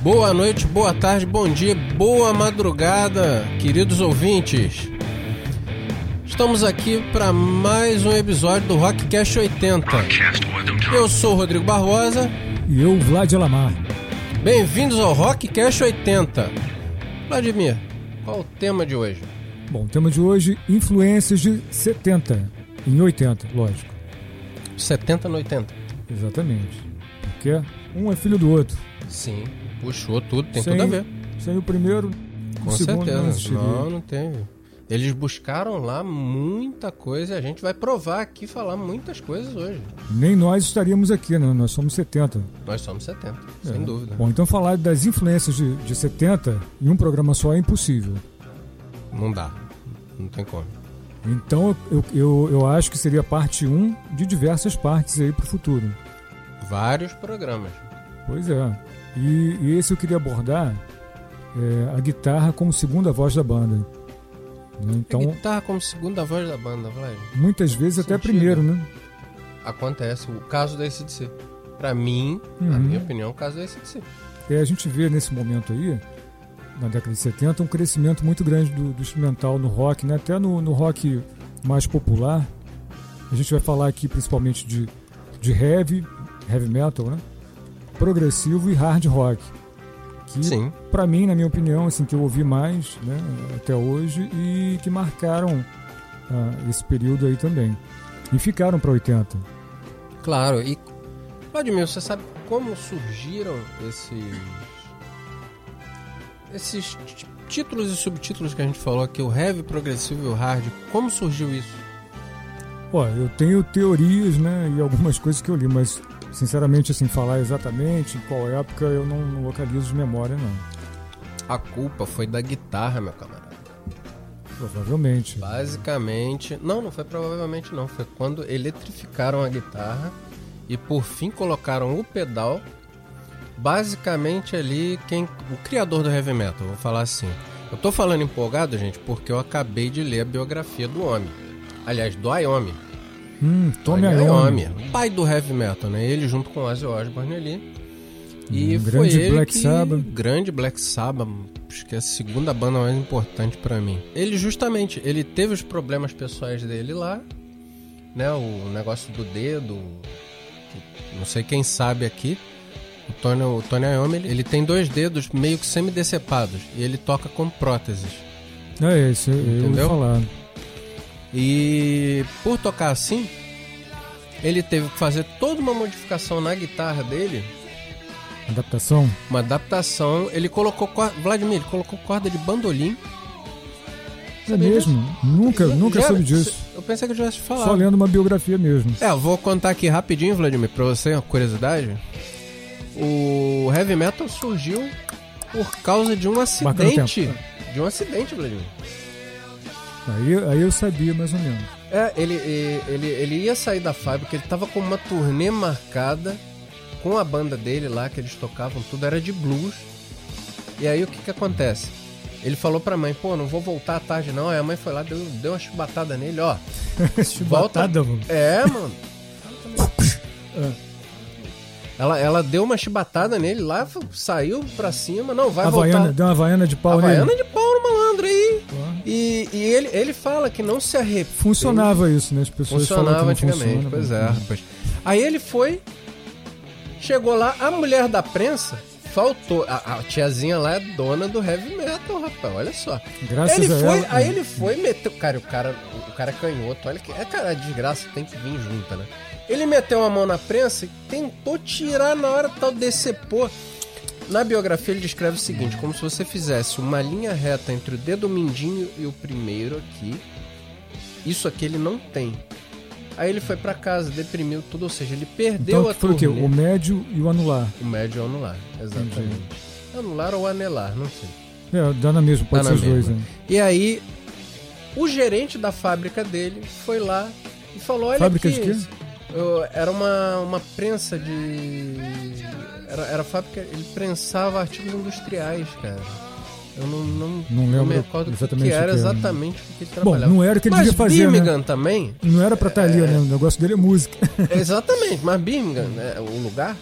Boa noite, boa tarde, bom dia, boa madrugada, queridos ouvintes. Estamos aqui para mais um episódio do Rockcast 80. Eu sou o Rodrigo Barbosa. E eu, Vlad Alamar. Bem-vindos ao Rockcast 80. Vladimir, qual o tema de hoje? Bom, o tema de hoje, influências de 70. Em 80, lógico. 70 no 80. Exatamente. Porque um é filho do outro. Sim, puxou tudo, tem tudo a ver. Sem o primeiro, Com o segundo não certeza. existiria. Não, não teve. Eles buscaram lá muita coisa e a gente vai provar aqui falar muitas coisas hoje. Nem nós estaríamos aqui, né? Nós somos 70. Nós somos 70, sem É. dúvida. Bom, então falar das influências de, de 70 em um programa só é impossível. Não dá. Não tem como. Então eu, eu, eu acho que seria parte 1 de diversas partes aí pro futuro. Vários programas. Pois é. E, e esse eu queria abordar é, a guitarra como segunda voz da banda. Né? Então, Então, guitarra como segunda voz da banda, Vlad. muitas vezes até sentido. primeiro, né? Acontece o caso da ACDC. Pra mim, na Uhum. minha opinião, o caso da ACDC. É, a gente vê nesse momento aí, na década de 70, um crescimento muito grande do, do instrumental no rock, né? até no, no rock mais popular. A gente vai falar aqui principalmente de, de heavy, heavy metal, né? progressivo e hard rock. Que Sim. pra mim, na minha opinião, assim, que eu ouvi mais né, até hoje e que marcaram ah, esse período aí também. E ficaram pra 80. Claro, e Vladimir, você sabe como surgiram esses esses t- títulos e subtítulos que a gente falou aqui, o heavy, progressivo e o hard, como surgiu isso? Ó, eu tenho teorias, né, e algumas coisas que eu li, mas sinceramente, assim, falar exatamente em qual época eu não, não localizo de memória, não. A culpa foi da guitarra, meu camarada. Provavelmente. Basicamente, não, não foi provavelmente não, foi quando eletrificaram a guitarra e por fim colocaram o pedal. Basicamente ali quem o criador do heavy metal, vou falar assim. Eu tô falando empolgado, gente, porque eu acabei de ler a biografia do homem. Aliás, do Iommi. Hum, Tommy Tony Iommi. Iommi, pai do heavy metal, né? Ele junto com Ozzy Osbourne ali. E Um foi grande ele Black que... Sabbath. Grande Black Sabbath, acho que é a segunda banda mais importante pra mim. Ele justamente, ele teve os problemas pessoais dele lá, né? O negócio do dedo, que não sei quem sabe aqui. O Tony, o Tony Iommi, ele, ele tem dois dedos meio que semidecepados e ele toca com próteses. É, esse eu eu Entendeu? ia falar. E por tocar assim, ele teve que fazer toda uma modificação na guitarra dele, Adaptação? uma adaptação. Ele colocou cor- Vladimir, ele colocou corda de bandolim. É Sabia mesmo? Nunca, nunca Já- soube disso. Eu pensei que eu tivesse falado. Só lendo uma biografia mesmo. É, eu vou contar aqui rapidinho, Vladimir, pra você, uma curiosidade. O heavy metal surgiu por causa de um Marca no tempo. acidente. De um acidente, Vladimir. Aí, aí eu sabia mais ou menos. É, ele, ele, ele ia sair da fábrica, ele tava com uma turnê marcada com a banda dele lá, que eles tocavam, tudo era de blues. E aí o que que acontece? Ele falou pra mãe, pô, não vou voltar à tarde não. Aí a mãe foi lá, deu, deu uma chibatada nele, ó. Chibatada, mano. Ah. É, mano. Ela, ela deu uma chibatada nele lá, f- saiu pra cima, não, vai Havaiana, voltar. deu uma Havaiana de pau nele. Havaiana é de pau no malandro aí. E, e ele, ele fala que não se arrepende. Funcionava isso, né? As pessoas Funcionava falam que não antigamente, funciona, pois mas- é, rapaz. Aí ele foi, chegou lá, a mulher da prensa faltou. A, a tiazinha lá é dona do heavy metal, rapaz, olha só. Graças ele a foi, ela, aí né? ele foi, meteu. Cara, o cara, o cara é canhoto, olha que. É, cara, a desgraça tem que vir junta, né? Ele meteu a mão na prensa e tentou tirar na hora tal, decepou. Na biografia ele descreve o seguinte: como se você fizesse uma linha reta entre o dedo mindinho e o primeiro aqui. Isso aqui ele não tem. Aí ele foi pra casa, deprimiu tudo, ou seja, ele perdeu Então, a que foi o quê? turnê. O médio e o anular. O médio é anular, exatamente. Anular ou anelar, não sei. É, dá na mesma, pode Dá ser na os dois, mesma. né? E aí, o gerente da fábrica dele foi lá e falou: Olha Fábrica aqui, de quê? isso- eu- era uma, uma prensa de. Era, era fábrica, ele prensava artigos industriais, cara. Eu não, não, Não lembro me recordo o que que, exatamente era o que era, né? exatamente o que ele Bom, trabalhava. não era o que ele Mas devia fazer, né? Birmingham também, Não era pra estar ali, né? O negócio dele é música. exatamente, mas Birmingham, né, o lugar,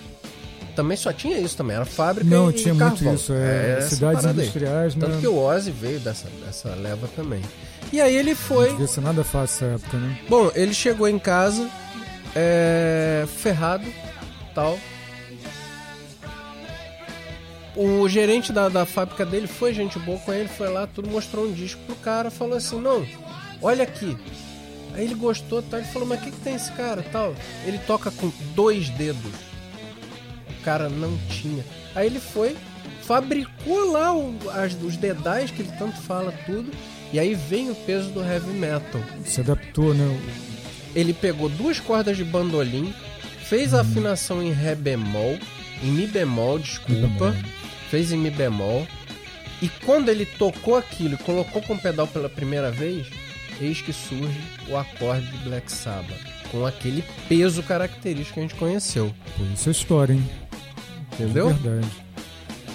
também só tinha isso também, era fábrica Não, e tinha e muito carvão. isso. É, essa cidades parada aí. industriais, né? Tanto que o Ozzy veio dessa, dessa leva também. E aí ele Não foi. devia ser nada fácil essa época, né? Bom, ele chegou em casa, é, ferrado, tal. O gerente da, da fábrica dele foi gente boa com ele, foi lá, tudo mostrou um disco pro cara, falou assim, não, olha aqui. Aí ele gostou, tal, ele falou, mas o que, que tem esse cara, tal? Ele toca com dois dedos. O cara não tinha. Aí ele foi, fabricou lá o- as- os dedais que ele tanto fala, tudo. E aí vem o peso do heavy metal Se adaptou, né? O- ele pegou duas cordas de bandolim, Hum. fez a afinação em ré bemol, em mi bemol, desculpa, Mi bemol. fez em mi bemol, e quando ele tocou aquilo, e colocou com o pedal pela primeira vez, eis que surge o acorde de Black Sabbath, com aquele peso característico que a gente conheceu, Pô, isso é história, hein? entendeu? Verdade.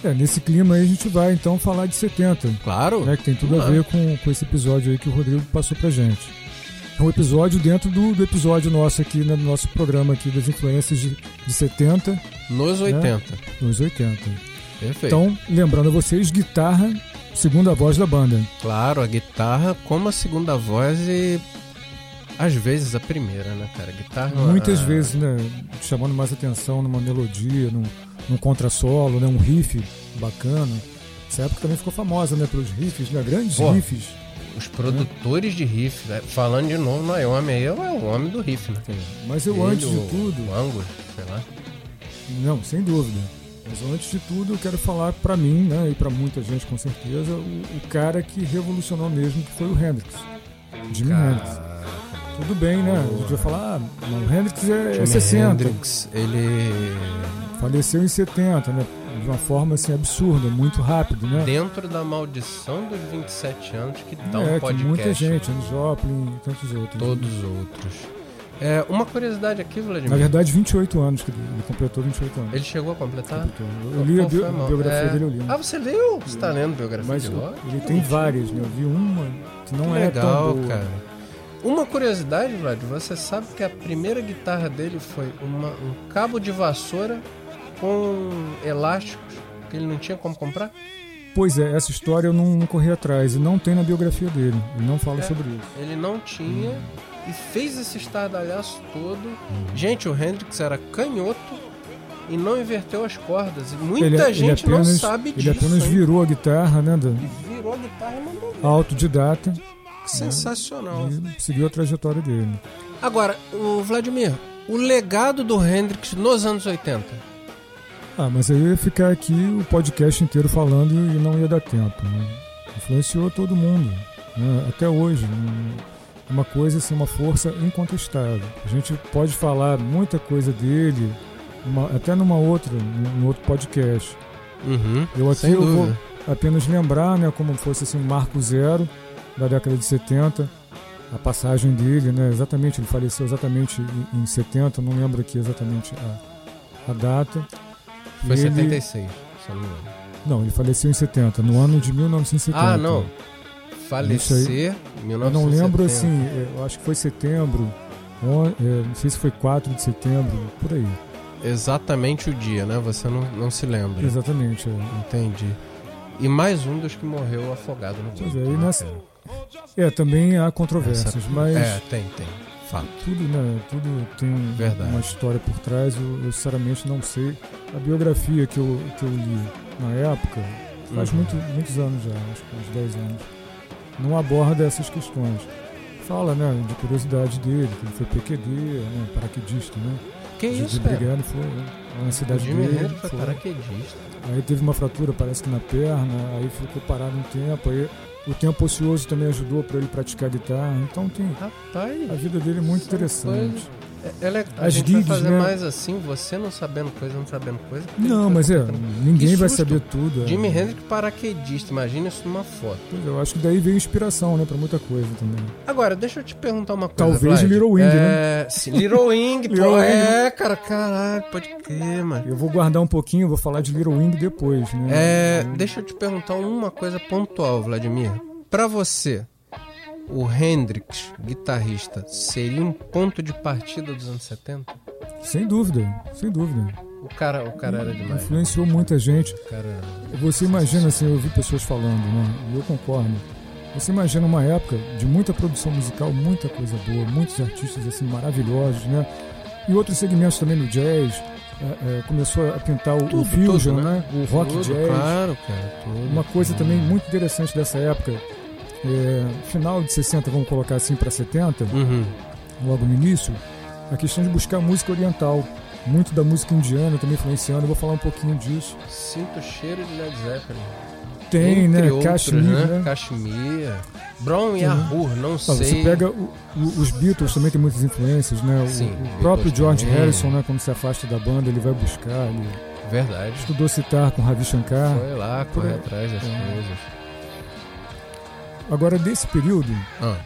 É, nesse clima aí a gente vai então falar de 70, Claro. né? Que tem tudo a ver com, com esse episódio aí que o Rodrigo passou pra gente. É um episódio dentro do, do episódio nosso aqui, né, do nosso programa aqui das influências de, de 70 Nos 80. nos 80. Perfeito. Né? Então, lembrando a vocês, guitarra, segunda voz da banda. Claro, a guitarra como a segunda voz e às vezes a primeira, né, cara? A guitarra é Muitas a- vezes, né, chamando mais atenção numa melodia, num, num contrassolo, né, um riff bacana. Essa época também ficou famosa, né, pelos riffs, né, grandes Pô. riffs. Os produtores de riff, né? falando de novo, Naomi aí é o homem do riff, né? Mas eu, Ele, antes de o- tudo, O Angus, sei lá. Não, sem dúvida. Mas antes de tudo, eu quero falar pra mim, né, e pra muita gente com certeza, o, o cara que revolucionou mesmo, que foi o Hendrix. Jimi Hendrix. Tudo bem, né? A gente vai falar, ah, mas o Hendrix é, é 60, Hendrix, ele. faleceu em 70, né? De uma forma assim absurda, muito rápido, né? Dentro da maldição dos 27 anos que dá um é, que podcast. muita gente, Andy Joplin e tantos outros. Todos os outros. É, uma curiosidade aqui, Vladimir. Na verdade, 28 anos que ele, ele completou 28 anos. Ele chegou a completar? Completou. Eu li a Pô, foi bio- mal. biografia É. dele, eu li. né? Ah, você leu? Você tá lendo biografia Mas dele? o- Ó, ele tem gente, várias, né? Eu vi uma que não é tão Legal, boa. cara. Uma curiosidade, Vlad, você sabe que a primeira guitarra dele foi uma- um cabo de vassoura com elásticos que ele não tinha como comprar? Pois é, essa história eu não, não corri atrás e não tem na biografia dele. Ele não fala É. sobre isso. Ele não tinha e fez esse estardalhaço todo. Uhum. Gente, o Hendrix era canhoto e não inverteu as cordas. E muita ele, ele gente apenas, não sabe Ele disso. apenas hein? virou Ah, a guitarra, né? da- Virou a guitarra e mandou ver. autodidata Sensacional. e seguiu a trajetória dele. Agora, o Vladimir, o legado do Hendrix nos anos 80. Ah, mas aí eu ia ficar aqui o podcast inteiro falando e não ia dar tempo. né? Influenciou todo mundo, né? até hoje. né? Uma coisa, assim, uma força incontestável. A gente pode falar muita coisa dele, uma- até numa outra, num num outro podcast. Uhum. Eu aqui Sem eu vou dúvida. apenas lembrar, né, como fosse assim, um marco zero da década de 70, a passagem dele, né, exatamente, ele faleceu exatamente em, em 70, não lembro aqui exatamente a, a data. Foi E ele- 76, se eu não me engano. Não, ele faleceu em 70, no ano de 1970. Ah, não. Isso Falecer, Eu não lembro 1970. assim, é, eu acho que foi setembro, on- é, não sei se foi 4 de setembro, por aí. Exatamente o dia, né? Você não, não se lembra. Exatamente. é. Entendi. E mais um dos que morreu afogado no Pois banco, é, e né, nessa- cara? É, também há Essa- controvérsias, mas É, tem, tem. Fato. Tudo, né? Tudo tem um- Verdade. uma história por trás. Eu, eu, sinceramente não sei. A biografia que eu, que eu li na época, faz Uhum. muito- muitos anos já, acho que uns 10 anos, não aborda essas questões. Fala, né, de curiosidade dele, que ele foi PQD, né, paraquedista, né? Que de, isso, de cara? brigando, foi né, na O cidade Jimmy dele. Hendrix foi foi. paraquedista. Aí teve uma fratura, parece que na perna, aí ficou parado um tempo, aí o tempo ocioso também ajudou para ele praticar guitarra. Então tem a Rapaz, vida dele é muito São interessante. é- ela é, a As gente gigs, vai fazer né? mais assim, você não sabendo coisa, não sabendo coisa. porque Não, tem mas é, coisa que- ninguém Que vai susto. saber tudo. é. Jimi Hendrix paraquedista, imagina isso numa foto. Pois é, Eu acho que daí veio inspiração, né, pra muita coisa também. Agora, deixa eu te perguntar uma coisa. Talvez Vlad. Little Wing, é... né? Little Wing, Little pô. Wing. É, cara, caralho, pode crer, mano. Eu vou guardar um pouquinho, eu vou falar de Little Wing depois, né? É, deixa eu te perguntar uma coisa pontual, Vladimir. Pra você, o Hendrix, guitarrista, seria um ponto de partida dos anos 70? Sem dúvida, sem dúvida. O cara, o cara era demais. né? Influenciou muita gente. O cara. Você imagina, assim, eu ouvi pessoas falando, né? E eu concordo. Você imagina uma época de muita produção musical, muita coisa boa, muitos artistas, assim, maravilhosos, né? E outros segmentos também no jazz. é, é, começou a pintar o, o Tudo, fusion, tudo, né? né? O rock Tudo, jazz. Claro, cara. tudo. Uma coisa também muito interessante dessa época, é, final de 60, vamos colocar assim, para 70, Uhum. logo no início, a questão de buscar música oriental. Muito da música indiana também influenciando, eu vou falar um pouquinho disso. Sinto o cheiro de Led Zeppelin. Tem, Entre né? outros, Kashmir, né? Kashmir. Brown e Uhum. Arthur, não Ah, sei. você pega o- o- os Beatles também tem muitas influências, né? O, Sim, o Beatles próprio George também. Harrison, né? Quando se afasta da banda, ele vai buscar. Ele Verdade. estudou citar com Ravi Shankar. Foi lá, Ah, Por corre aí. atrás das É. coisas. Agora, desse período, Ah,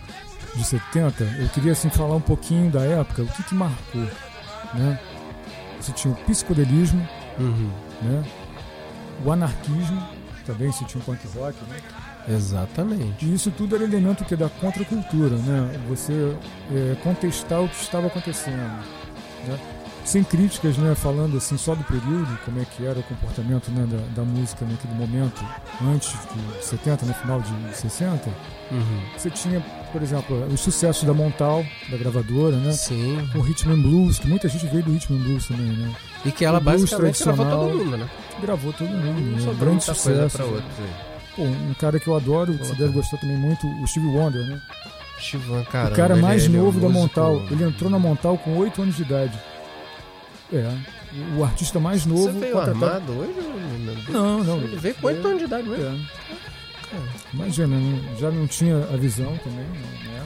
de 70, eu queria assim falar um pouquinho da época, o que que marcou, né? Você tinha o psicodelismo, uhum. né? O anarquismo, também se tinha o punk rock, né? Exatamente. E isso tudo era elemento que é da contracultura, né? Você é, contestar o que estava acontecendo, né? Sem críticas, né? Falando assim só do período, como é que era o comportamento né, da, da música naquele momento, antes de 70, no final de 60, Uhum. você tinha, por exemplo, os sucessos da Montal, da gravadora, né? Sim. com o Rhythm and Blues, que muita gente veio do Rhythm and Blues também, né? E que ela O blues basicamente gravou tradicional. todo mundo, né? Gravou todo Não mundo, né? É, sobrou grande muita coisa sucesso. pra outros aí. Pô, um cara que eu adoro, que você deve gostar também muito, o Steve Wonder, né? Chivan, cara. o cara ele- mais ele é um novo da músico- né? Montal. Ele entrou na Montal com 8 anos de idade. É, o artista mais Você novo veio armado hoje? menino? Não, não. Ele veio com 8 anos de idade mesmo. É. Imagina, não- já não tinha a visão também, né?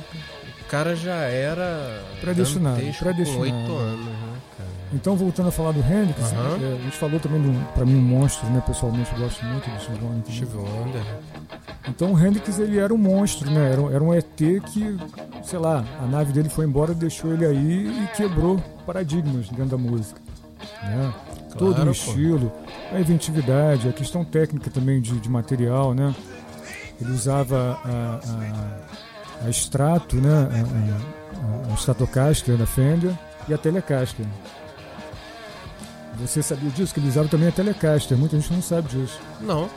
O cara já era Predestinado, dantesco predestinado. com 8 anos, né, cara? Então, voltando a falar do Hendrix, Aham. é, a gente falou também, do, pra mim, um monstro, né? Pessoalmente, eu gosto muito do Steve Wonder. também. Steve Wonder. Então o Hendrix ele era um monstro, né? Era, um- era um ET que, sei lá, a nave dele foi embora, deixou ele aí e quebrou paradigmas dentro da música. Né? Todo Claro, o pô. estilo, a inventividade, a questão técnica também de, de material, né? Ele usava a, a, a extrato, né? A, a, a Stratocaster da Fender e a Telecaster. Você sabia disso? Que ele usava também a Telecaster. Muita gente não sabe disso. Não. não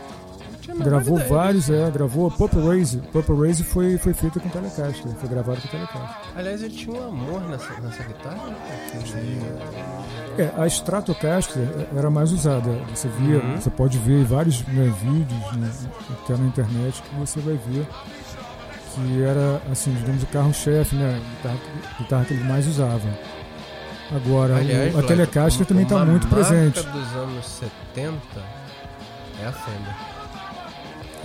tinha a menor Gravou ideia. vários, é, gravou Purple Raze. Purple Raze foi, foi feita com Telecaster, foi gravado com Telecaster. Aliás, ele tinha um amor nessa, nessa guitarra. né? É, a Stratocaster é, era mais usada. Você via, Uhum. você pode ver vários né, vídeos, né, até na internet, que você vai ver que era, assim, digamos, o carro-chefe, né, guitarra, que- guitarra que eles mais usavam. Agora, o- Aliás, a Leandro, Telecaster também está uma muito marca presente. dos anos 70 é a Fender.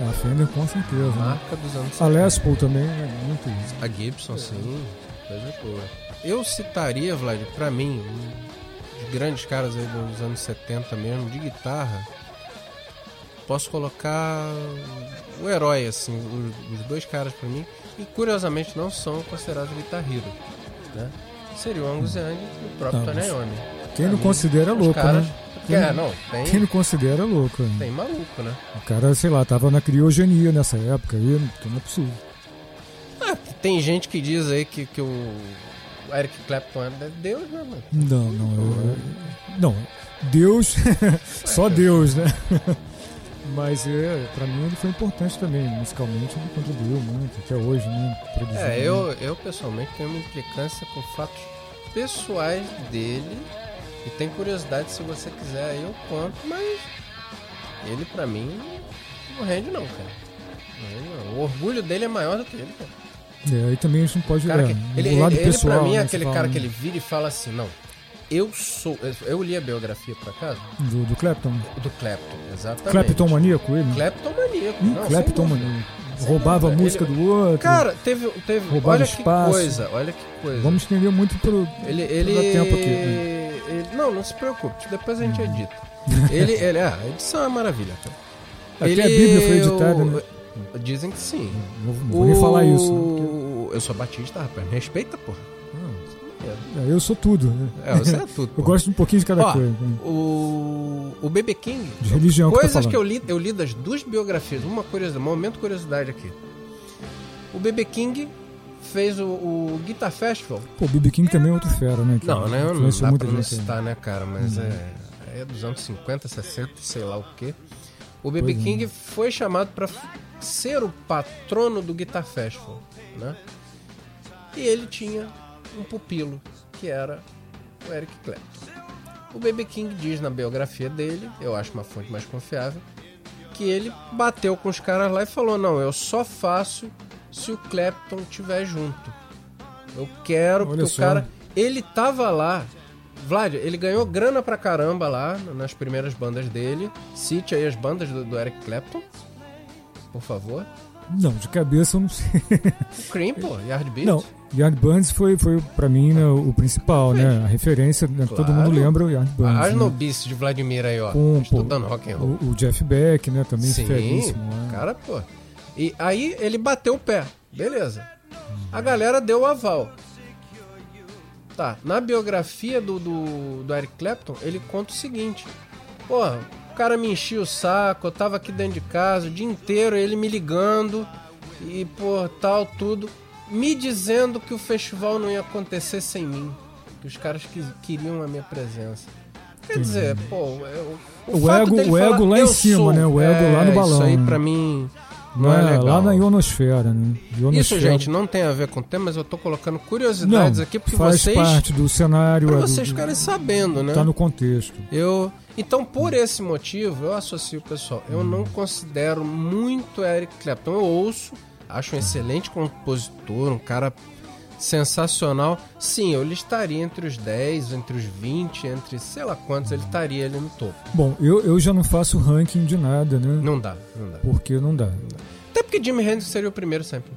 A Fender, com certeza. Né? Marca dos anos 70. A Les Paul também, né, muito. A Gibson, sim. Coisa boa. Eu citaria, Vlad, pra mim, um dos grandes caras aí dos anos 70 mesmo, de guitarra. Posso colocar o herói, assim, os, os dois caras pra mim. E curiosamente não são considerados guitarreiros, né? Seria o Angus Young e o próprio Tá, Tony mas Iommi. Quem Pra não mim, considera é os louco, caras... né? É, não, tem, Quem tem, não considera é louco, né? maluco, né? O cara, sei lá, tava na criogenia nessa época aí, então não é possível. Ah, tem gente que diz aí que, que o Eric Clapton é Deus, né, mano? Não, não, eu- eu- não. Deus, só Deus, né? Mas é, pra mim ele foi importante também, musicalmente ele contribuiu muito, até hoje, né? Produziu É, muito. eu, eu pessoalmente tenho uma implicância com fatos pessoais dele e tem curiosidade se você quiser aí eu conto, mas ele pra mim não rende não, cara. Não rende, não. O orgulho dele é maior do que ele, cara. É, aí também a gente não pode O cara é, que, do ele, lado ele, ele pessoal, pra mim é né, aquele você cara fala, que ele vira e fala assim, não, eu sou. Eu li a biografia por acaso Do, do Clapton. do Clapton, exatamente. Clapton maníaco ele? Clapton maníaco. Hum, não, sem Clapton dúvida. maníaco. Sem Roubava a dúvida. música do outro. Cara, teve. teve Roubava olha que espaço. coisa, olha que coisa. Vamos estender muito pro. Ele. Não ele... dá tempo aqui, né? ele- não, não se preocupe, depois a gente Uhum. edita. ele, ele, ah, a edição é uma maravilha. cara. Até ele, a é Bíblia foi editada, né? Dizem que sim. Não vou nem falar isso. né? Porque- O- Eu sou batista, rapaz. Me respeita, porra. É, Eu sou tudo, né? É, você é tudo. Eu porra. gosto um pouquinho de cada Ó, coisa. O, o BB King. De religião que eu tô coisas que, falando. eu li, eu li das duas biografias. Uma curiosidade, um momento curiosidade aqui. O BB King fez o, o Guitar Festival Pô, o BB King também é outro fera, né? cara? Não, né? Não Influenciou dá muita pra tá- não gente, né? citar, né, cara? Mas é, é é dos anos 50, 60, sei lá o quê. O BB é. King foi chamado para ser o patrono do Guitar Festival, né? E ele tinha um pupilo, que era o Eric Clapton. O BB King diz na biografia dele, eu acho uma fonte mais confiável, que ele bateu com os caras lá e falou: "Não, eu só faço se o Clapton tiver junto. Eu quero Olha que o só. cara, ele tava lá. Vlad, ele ganhou grana pra caramba lá nas primeiras bandas dele. Cite aí as bandas do, do Eric Clapton, por favor. Não, de cabeça eu não sei. O Cream, pô, Yardbeat. Não, Young Buns foi, foi pra mim né, o principal, né? A referência, né, todo Claro. mundo lembra o Young Buns. A né? Arnobice de Vladimir aí, ó. Com, pô, estudando rock and roll. O, o Jeff Beck, né? Também Sim, feríssimo. né? cara, pô. E aí ele bateu o pé. Beleza. A galera deu o aval. Tá, na biografia do, do, do Eric Clapton, ele conta o seguinte. Porra, o cara me enchia o saco, eu tava aqui dentro de casa o dia inteiro, ele me ligando e por tal, tudo. Me dizendo que o festival não ia acontecer sem mim. Que os caras que, queriam a minha presença. Quer dizer, pô, eu, O fato ego- dele o ego lá em "Eu cima, sou", né? O ego é, lá no Isso balão, aí né? pra mim não, Não, é, é, legal. lá na ionosfera, né? Isso, Ionosfera. gente, não tem a ver com o tema, mas eu tô colocando não, curiosidades aqui porque faz vocês. parte do cenário. Pra é, do- vocês do- ficarem sabendo, né? Tá no contexto. Eu. Então, por esse motivo, eu associo, pessoal, eu não considero muito Eric Clapton. Eu ouço, acho um excelente compositor, um cara sensacional. Sim, eu listaria entre os 10, entre os 20, entre sei lá quantos, ele estaria ali no topo. Bom, eu, eu já não faço ranking de nada, né? Não dá, não dá. Porque não dá. Até porque Jimi Hendrix seria o primeiro sempre.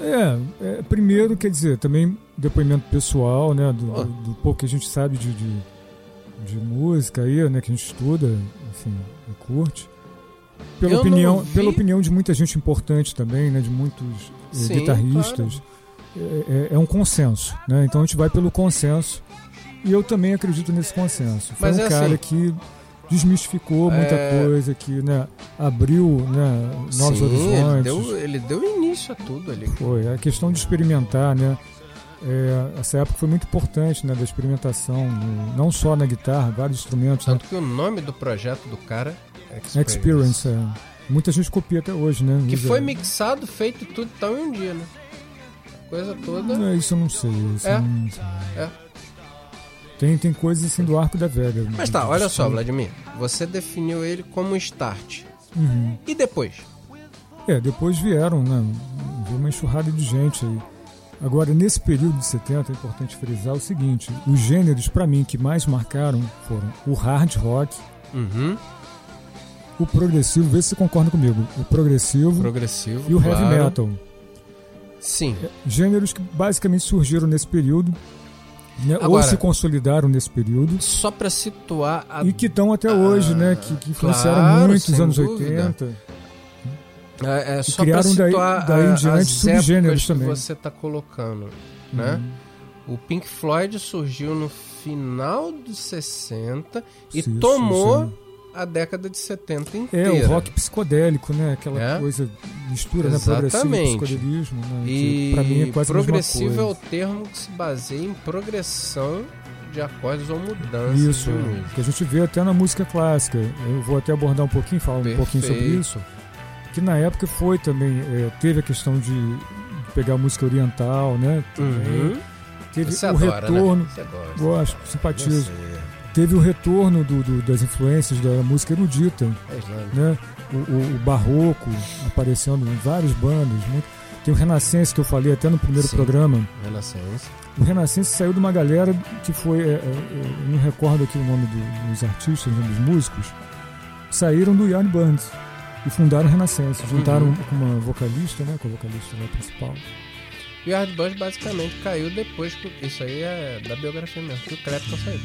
É, é, primeiro, quer dizer, também depoimento pessoal, né? Do, Ah. do, do pouco que a gente sabe de, de, de música aí, né? Que a gente estuda, enfim, e curte. Eu Pela não opinião, vi- pela opinião de muita gente importante também, né? De muitos eh, Sim, guitarristas. É, é- é um consenso, né? Então a gente vai pelo consenso. E eu também acredito nesse consenso. Foi Mas um é cara assim. que desmistificou muita É. coisa, que né, abriu né, novos ele horizontes. deu, ele deu início a tudo ali. Foi, a questão de experimentar, né? É, essa época foi muito importante, né? Da experimentação, no- não só na guitarra, vários instrumentos. Né? Tanto que o nome do projeto do cara é Experience, é. Muita gente copia até hoje, né? Que Usa- foi mixado, feito e tudo tal em um dia, né? Coisa toda. É, isso eu não sei. Isso É. eu não sei. É. Tem, tem coisas assim do arco da velha. Mas tá, olha só, Vladimir. Você definiu ele como start. Uhum. E depois? É, depois vieram, né? Veio uma enxurrada de gente aí. Agora, nesse período de 70, é importante frisar o seguinte: os gêneros, pra mim, que mais marcaram foram o hard rock, Uhum. o progressivo, vê se você concorda comigo, o progressivo Progressivo. e o claro. heavy metal. Sim. Gêneros que basicamente surgiram nesse período, né, ou Agora- se consolidaram nesse período, Só pra situar a, e que estão até hoje, né? Que, que influenciaram claro, muito os sem anos dúvida. 80. É, é, só criaram pra daí- situar daí em a- diante as subgêneros épocas que também. Uhum. você tá colocando, né? Hum, O Pink Floyd surgiu no final dos 60 e Sim, sim, tomou sim. a década de 70 É, inteira. o rock psicodélico, né? Aquela É. coisa mistura, né? Progressivo e Exatamente. psicodelismo, né? E que pra mim é quase a progressivo é mesma o coisa. termo que se baseia em progressão de acordes ou mudanças Isso, de música. que a gente vê até na música clássica. Eu vou até abordar um pouquinho, falar um pouquinho sobre Perfeito. isso. Que na época foi também, é, teve a questão de de pegar música oriental, né? Uhum. Teve Você o adora, retorno. né? Você gosta. Gosto, simpatizo. Você Teve o retorno do- do- das influências da música erudita, é islâmico. né? O, o- o barroco aparecendo em vários bandos. muito- Tem o Renascença que eu falei até no primeiro Sim. programa. Renascença. O Renascença saiu de uma galera que foi. é, é, é, eu não recordo aqui o nome do- dos artistas, né, dos músicos. Saíram do Yarn Bands e fundaram o Renascença. Juntaram Uhum. com uma vocalista, né? Com a vocalista né, principal. E o Hard Boys basicamente caiu depois que. Isso aí é da biografia mesmo, que o Clapton saiu.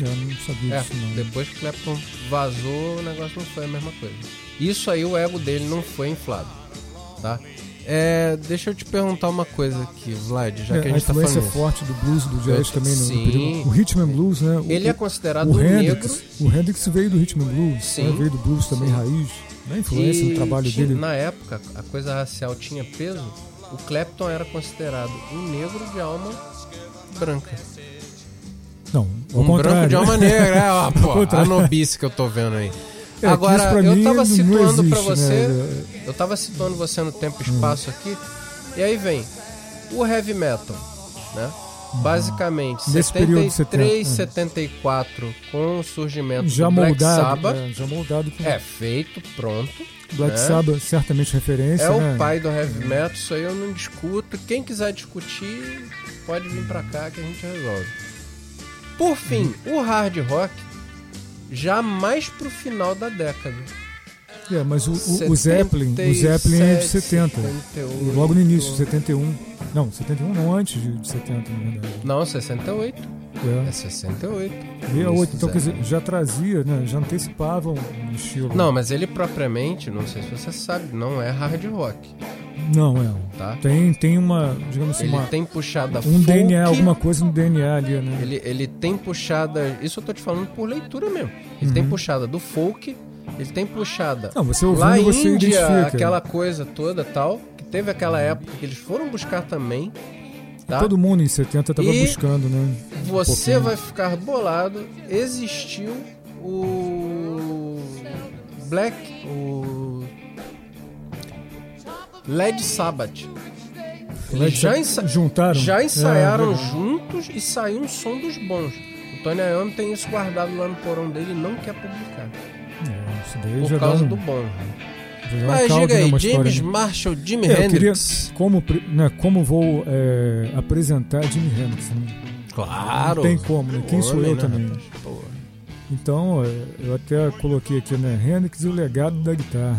Eu não sabia É, disso, não. depois que o Clapton vazou, o negócio não foi a mesma coisa. Isso aí, o ego dele não foi inflado, tá? É, deixa eu te perguntar uma coisa aqui, Vlad, já É, que a gente tá influência falando. isso. forte do blues e do jazz Eu- também né, no, no sim. período. O rhythm and blues, né? O, Ele é o- considerado o um negro Hendrix, o Hendrix veio do rhythm and blues, Sim. né, veio do blues também Sim. raiz, na influência no e trabalho tinha- dele. Na época, a coisa racial tinha peso. O Clapton era considerado um negro de alma branca. Não, ao um branco contrário. de alma negra, é, ó, Ao pô, a contrário. nobice que eu tô vendo aí. É, que Agora, isso pra eu mim tava não situando pra existe, você. né? Hum. Eu tava situando você no tempo e espaço aqui. E aí vem o heavy metal, né? Basicamente, Uhum. Nesse período de 73, 70, 74, com o surgimento é. Já do Black moldado, Sabbath. é, já moldado com É. feito, pronto. Black né? Sabbath, certamente referência, É né? o pai do heavy metal, isso aí eu não discuto. Quem quiser discutir, pode vir pra cá que a gente resolve. Por fim, Uhum. o hard rock já mais pro final da década. É, mas o, o, o Zeppelin, o Zeppelin é de 70. 78. Logo no início, 71. Não, 71 não, antes de de 70, na verdade. Não, 68. É É, 68. 68. Isso, Então, quer dizer, já trazia, né? Já antecipavam um estilo. Não, mas ele propriamente, não sei se você sabe, não é hard rock, Não, é. tá? Tem, tem uma, digamos assim, Ele uma, tem puxada um folk, DNA, alguma coisa no DNA ali, né? Ele, ele tem puxada. Isso eu tô te falando por leitura mesmo. Ele tem puxada do folk, ele tem puxada. Uhum. Não, você ouvindo, lá em você Índia, identifica. aquela coisa toda tal, que teve aquela época que eles foram buscar também. Tá? Todo mundo em 70 tava E- buscando, né? Você pouquinho. vai ficar bolado. Existiu o. Black. O. Led Sabbath. Eles Led já, Zeppelin- ensa- juntaram. já ensaiaram É, juntos e saiu um som dos bons. O Tony Iommi tem isso guardado lá no porão dele e não quer publicar. é, isso daí já Por dá causa um- do bom. já dá um Mas caldo, diga né, aí, uma história, James né? Marshall, Jimi É, eu queria, Hendrix. como, pre- né, como vou é, apresentar Jimi Hendrix? né? Claro. Não tem como, né? Quem sou Homem, eu né, também? rapaz? Pô. Então, é, eu até coloquei aqui, né, Hendrix e o legado da guitarra.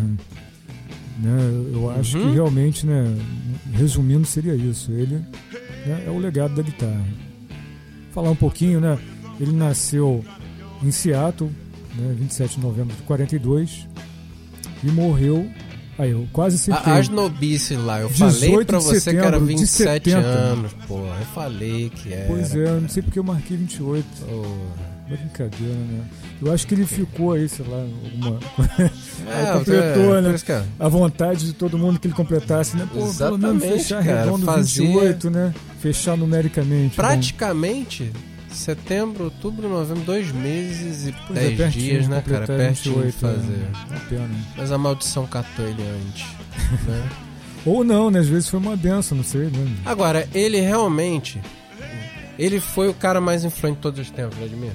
Né, eu acho Uhum. que realmente, né, resumindo, seria isso. Ele né, é o legado da guitarra. Falar um pouquinho, né? Ele nasceu em Seattle, né, 27 de novembro de 42 e morreu. Aí, eu quase A- citei. As nobices lá, eu 18 falei de pra você que era setembro de 27 70. anos, porra. Eu falei que era. Pois é, eu não sei porque eu marquei 28. Porra. Uma brincadeira, né? Eu acho que ele ficou aí, sei lá, alguma. É, completou, é, né? por isso que é. A vontade de todo mundo que ele completasse, né? Pô, pelo menos Exatamente, fechar cara, redondo fazia- 28, né? Fechar numericamente. né? Praticamente setembro, outubro, novembro, dois meses e Pois é, dez pertinho, dias, né, cara? completar Pertinho de 28, fazer. né? Uma pena. Mas a maldição catou ele antes. né? Ou não, né? Às vezes foi uma benção, não sei, né? Agora, ele realmente. Ele foi o cara mais influente de todos os tempos, Vladimir.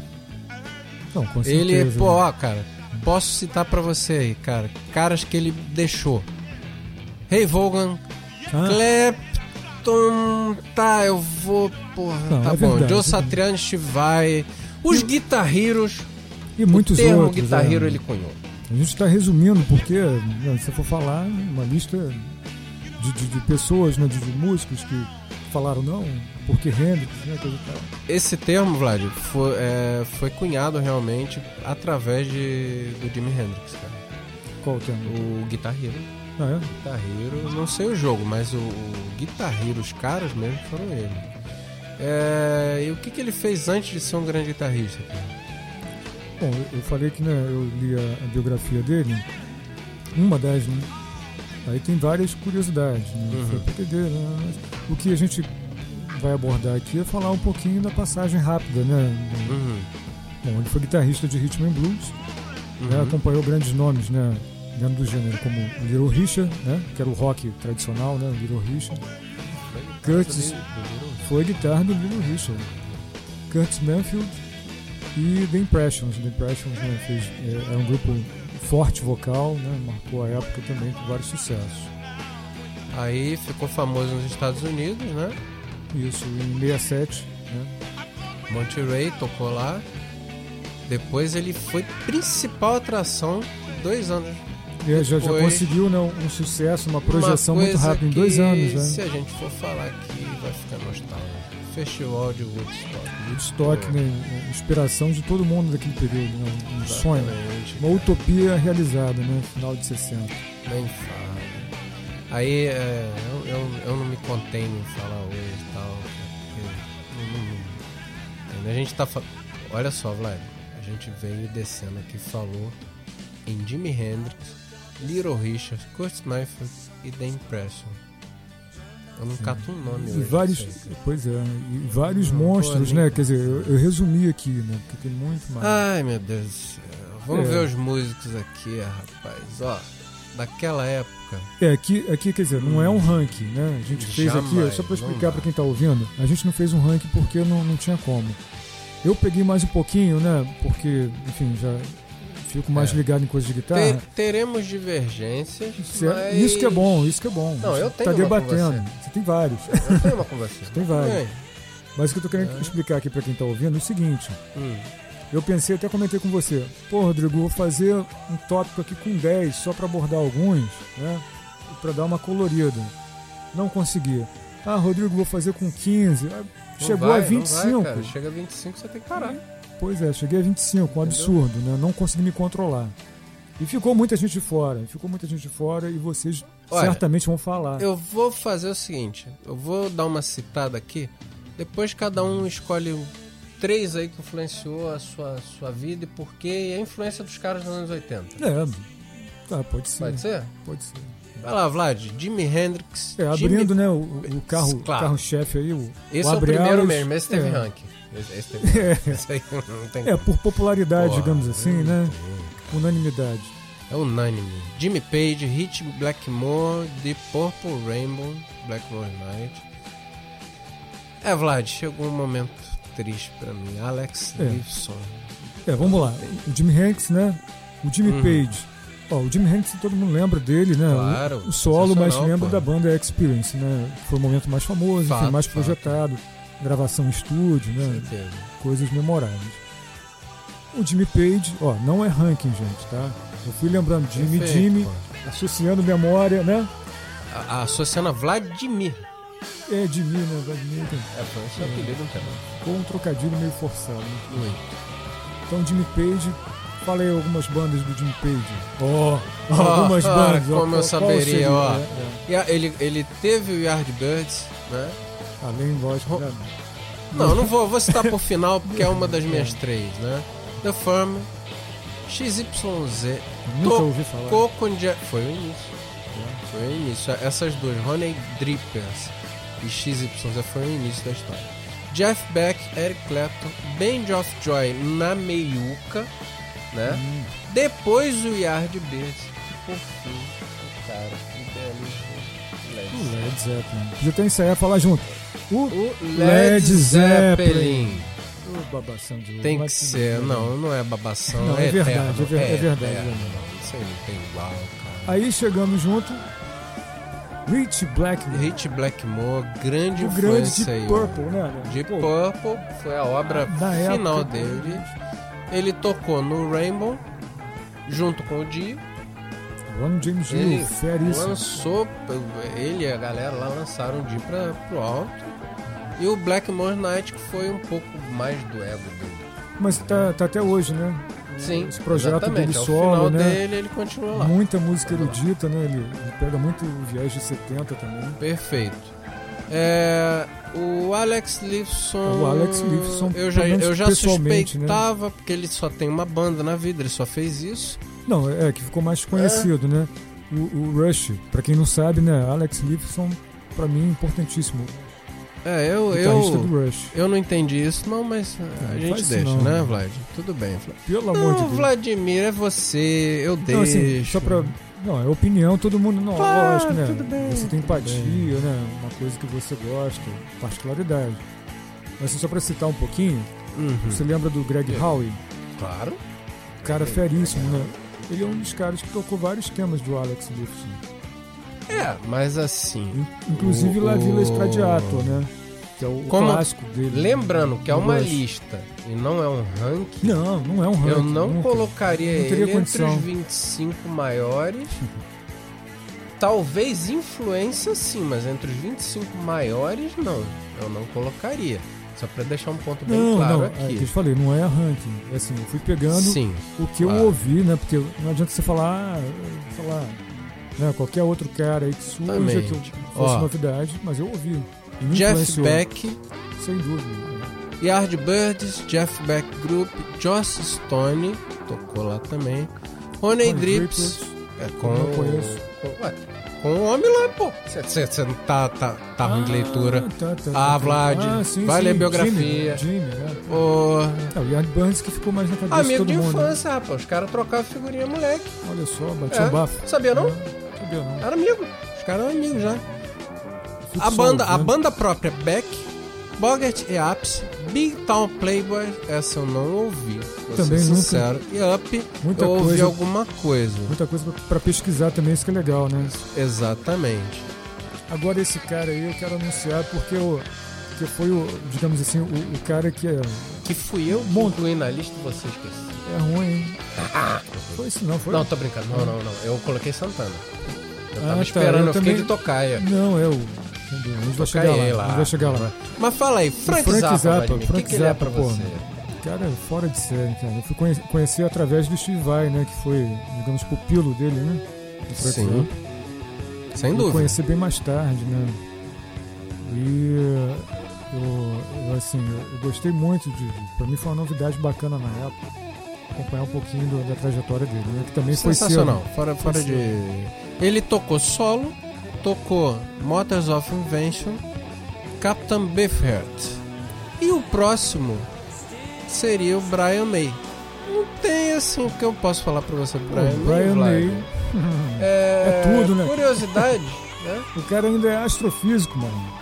Não, com certeza. Ele, é pô, né? ó, cara, posso citar pra você aí, cara, caras que ele deixou. Hey Vaughan, Ah, Clapton, tá, eu vou, porra, Não, tá bom. é verdade, é Joe verdade. Satriani vai. Os guitarreiros, e muitos o termo outros. guitarreiro né? ele cunhou. A gente está resumindo, porque né, se eu for falar, uma lista de, de- de pessoas, né, de, de músicos que falaram não, porque Hendrix, né, coisa e tal. Esse termo, Vlad, foi, é, foi cunhado realmente através de, do Jimi Hendrix, cara. Qual é? o tema? O guitarreiro. Ah, Guitarreiro, não sei o jogo, mas o, o guitarreiro, os caras mesmo foram ele. É, e o que, que ele fez antes de ser um grande guitarrista? cara? é? Bom, eu- eu falei que né, eu li a, a biografia dele, uma das, né? Aí tem várias curiosidades, né? Uhum. Foi pra entender, né, mas O que a gente vai abordar aqui é falar um pouquinho da passagem rápida, né? Uhum, Bom, ele foi guitarrista de Rhythm and Blues, né, uhum, acompanhou grandes nomes, né, dentro do gênero, como o Little Richard, né, que era o rock tradicional, né, o Little Richard. Curtis foi guitarra do Little Richard. Curtis Manfield e The Impressions. The Impressions né, fez, é, é um grupo forte vocal, né, marcou a época também com vários sucessos. Aí ficou famoso nos Estados Unidos, né? Isso em 67, né, Monty Ray tocou lá. Depois ele foi principal atração dois anos. e já, já Depois- conseguiu né, um sucesso, uma projeção Uma muito coisa rápida, em que, dois anos. Né. Se a gente for falar aqui, vai ficar nostálgico. Festival de Woodstock. Woodstock, né? Inspiração de todo mundo daquele período, né? Um sonho. É. Exatamente, Uma utopia realizada, né? Final de 60. Nem fala. Aí é, eu, eu, eu não me contenho em falar hoje e tal. porque não- não- não- entendeu? A gente tá fa- Olha só, Vlad. A gente veio descendo aqui falou em Jimi Hendrix, Little Richard, Kurt Snyder e The Impression. Eu não cato um nome. E hoje, vários, não sei. pois é, e vários Não, monstros, pô, né? nem- Quer dizer, eu, eu resumi aqui, né? Ah. Porque tem muito mais. Ai, meu Deus do céu. Vamos É. ver os músicos aqui, rapaz. Ó, daquela época. É, aqui, aqui, quer dizer, não é um ranking, né? A gente fez aqui, ó, Jamais, só pra não explicar dá. pra quem tá ouvindo, a gente não fez um ranking porque não, não tinha como. Eu peguei mais um pouquinho, né? Porque, enfim, já fico mais É. ligado em coisas de Te- guitarra. teremos divergências. Tá. Isso é- mas... Isso que é bom, isso que é bom. Não, eu Você tenho Tá uma com debatendo. Você tem vários. é, Eu tenho uma conversa. Tem vários. Tem. Mas o que eu tô querendo É. explicar aqui pra quem tá ouvindo é o seguinte. Hum. Eu pensei, até comentei com você, pô, Rodrigo, vou fazer um tópico aqui com 10, só para abordar alguns, né? Para dar uma colorida. Não consegui. Ah, Rodrigo, vou fazer com 15. Ah, Não Chegou vai, a não 25. vai, cara. Chega a 25, você tem que parar. pois é, cheguei a 25, um absurdo, né? Não consegui me controlar. E ficou muita gente de fora, ficou muita gente de fora e vocês Olha, certamente vão falar. Eu vou fazer o seguinte: eu vou dar uma citada aqui. Depois cada um escolhe três aí que influenciou a sua, sua vida e por quê. E a influência dos caras nos anos 80. É, tá, pode ser. Pode ser? Pode ser. Vai lá, Vlad. Jimi Hendrix. É, Jimi- abrindo, né, o, o carro, Claro. carro chefe aí, o Esse o é o Abre primeiro Alas. mesmo. Esse teve É. ranking. Esse, esse teve ranking. Esse aí não tem É, por popularidade, Porra, digamos assim, né? Unanimidade. É unânime. Jimmy Page, Hit Blackmore, The Purple Rainbow, Blackmore Night. É, Vlad, chegou um momento triste pra mim. Alex É. Gibson. É, vamos lá. O Jimmy Hanks, né? O Jimmy Uhum. Page. Ó, o Jimmy Hanks todo mundo lembra dele, né? O- Claro, O, solo, mas sensacional, lembra pô. da banda Experience, né? Foi o momento mais famoso, enfim, Fato, mais fato. projetado. Gravação em estúdio, Com né? certeza. Coisas memoráveis. O Jimmy Page, ó, não é ranking, gente, tá? Eu fui lembrando Jimmy, Perfeito, Jimmy, pô. associando memória, né? A, a, associando a Vladimir. É Jimmy, né? Vladimir, tem- É, foi esse apelido, não tem Com um trocadilho meio forçado, né? Muito. Então Jimmy Page, falei algumas bandas do Jimmy Page. Ó, algumas algumas bandas, bandas. ó, Ah, como eu qual- qual saberia, seria? ó. É, É, E a- ele, ele teve o Yardbirds, né? Além lógico. Ro- Não, não vou, vou citar por final porque é uma das minhas três, né? The Firm, XYZ, Nunca ouvi falar. Coco Dia- Foi o início. né? Foi o início. Essas duas, Honey Drippers e XYZ, foi o início da história. Jeff Beck, Eric Clapton, Band of Joy na meiuca, né? Hum, Depois o Yardbirds, e por fim, o cara, o belíssimo Led Zeppelin. Led Zeppelin. Podia até ensaiar e falar junto. O, O Led Zeppelin. Zeppelin. o babação de ouro, Tem que mas tudo ser, bem. não, não é babação, Não, é, é verdade, eterno, é ver- é verdade, eterno. é verdade. Isso aí não tem igual, cara. Aí chegamos junto. Rich Blackmore. Hit Blackmore, grande O grande influência Deep aí. Purple, né? Deep Pô, Purple foi a obra na época- final dele. Ele tocou no Rainbow, junto com o Dio. Ron James Ele Dio, seríssimo. lançou, ele e a galera lá lançaram o Dio pra, pro alto. E o Blackmore Night, que foi um pouco mais do ego dele. Mas tá, tá até hoje, né? Sim, Esse projeto exatamente. dele Ao solo, final né? dele, ele continua lá. Muita música erudita, né? Ele, ele pega muito o viés de 70 também. Perfeito. É, o Alex Lifson. O Alex Lifeson, Eu já, pelo menos eu já pessoalmente, né? suspeitava, porque ele só tem uma banda na vida, ele só fez isso. Não, é que ficou mais conhecido, né? O, o Rush, pra quem não sabe, né? Alex Lifeson, pra mim, importantíssimo. É, eu. Guitarrista eu... do Rush. Eu não entendi isso, não, mas é, a Não, gente faz deixa, não. né, Vlad? Tudo bem, Vlad. Pelo amor de Não, Deus. Vladimir, é você, eu deixo. não, assim, só pra. Não, é opinião, todo mundo. Não, Claro, lógico, né? tudo bem, você tem tudo empatia, né? Uma coisa que você gosta, particularidade. Mas assim, só pra citar um pouquinho, Uhum. você lembra do Greg É. Howe? Claro. Cara feríssimo, né? Ele é um dos caras que tocou vários temas do Alex Lifeson. É, mas assim. In- Inclusive O- La Villa o- Stradiato, né? Que é o Como- clássico dele. Lembrando que é uma Rush. lista e não é um ranking. Não, não é um ranking. Eu não nunca. colocaria Não teria ele condição. entre os 25 maiores. Talvez influência sim, mas entre os 25 maiores, não. Eu não colocaria. Só pra deixar um ponto bem Não, claro não, é que eu aqui. te falei, não é ranking. É assim, eu fui pegando sim, o que claro. eu ouvi, né? Porque não adianta você falar, ah, sei lá, né? qualquer outro cara aí que surja, Exatamente. que eu- fosse Ó. novidade, mas eu ouvi. E me Jeff influenciou, Beck, Sem dúvida. né? Yardbirds, Jeff Beck Group, Joss Stone, tocou lá também. Honey Honey Drips, Drippers, É, Eu não conheço. Ué, com o homem lá, pô. Você não tá, tá, tá ruim de leitura. tá, tá, Ah, tá. Vlad, sim, vai sim, ler biografia. Jimmy, Jimmy, é. Porra. É, o Yard Burns que ficou mais na cabeça de Amigo todo de mundo. né? infância, rapaz. Os caras trocavam figurinha moleque. Olha só, batia É, um bafo. É, sabia não? Sabia não. Era amigo. Os caras eram amigos já. Fico A só banda, a ouvindo. banda própria Beck, Bogart e Apps, Big Town Playboy, essa eu não ouvi. Vou Também ser nunca. sincero. E Up, Muita eu ouvi coisa. alguma coisa. Muita coisa pra- pra pesquisar também, isso que é legal, né? Exatamente. Agora esse cara aí eu quero anunciar porque o que foi o, digamos assim, o, o cara que é, é Que fui eu que Bom. incluí na lista e você esqueceu. ruim, hein? Foi isso não, foi? Não, tô brincando. Não, não, não. Eu coloquei Santana. Eu Ah, tava tá. esperando, eu, Eu fiquei também- de tocaia. Não, é o. entendeu? A gente vai chegar Tocaia lá. lá. A gente vai chegar lá. Mas fala aí, Frank, Frank Zappa, Zappa, Vladimir, o que, Frank que ele é pra Zappa, pô. você? Cara, é fora de série, cara. Eu fui conhe- conhecer através do Steve Vai, né? Que foi, digamos, pupilo dele, né? Do Frank Sim, Zappa. Sem Eu dúvida. conheci bem mais tarde, né? E eh, eu, eu, assim, eu, eu gostei muito de, de. Pra mim foi uma novidade bacana na época. Acompanhar um pouquinho do- da trajetória dele, né? Que também foi Sensacional. Fora, Foi fora de. Ele tocou solo, tocou Motors of Invention, Captain Beefheart. E o próximo seria o Brian May. Não tem assim o que eu posso falar pra você do Pô, Brian, Brian May. May. Vlad. É, É tudo, né? Curiosidade, né? O cara ainda é astrofísico, mano.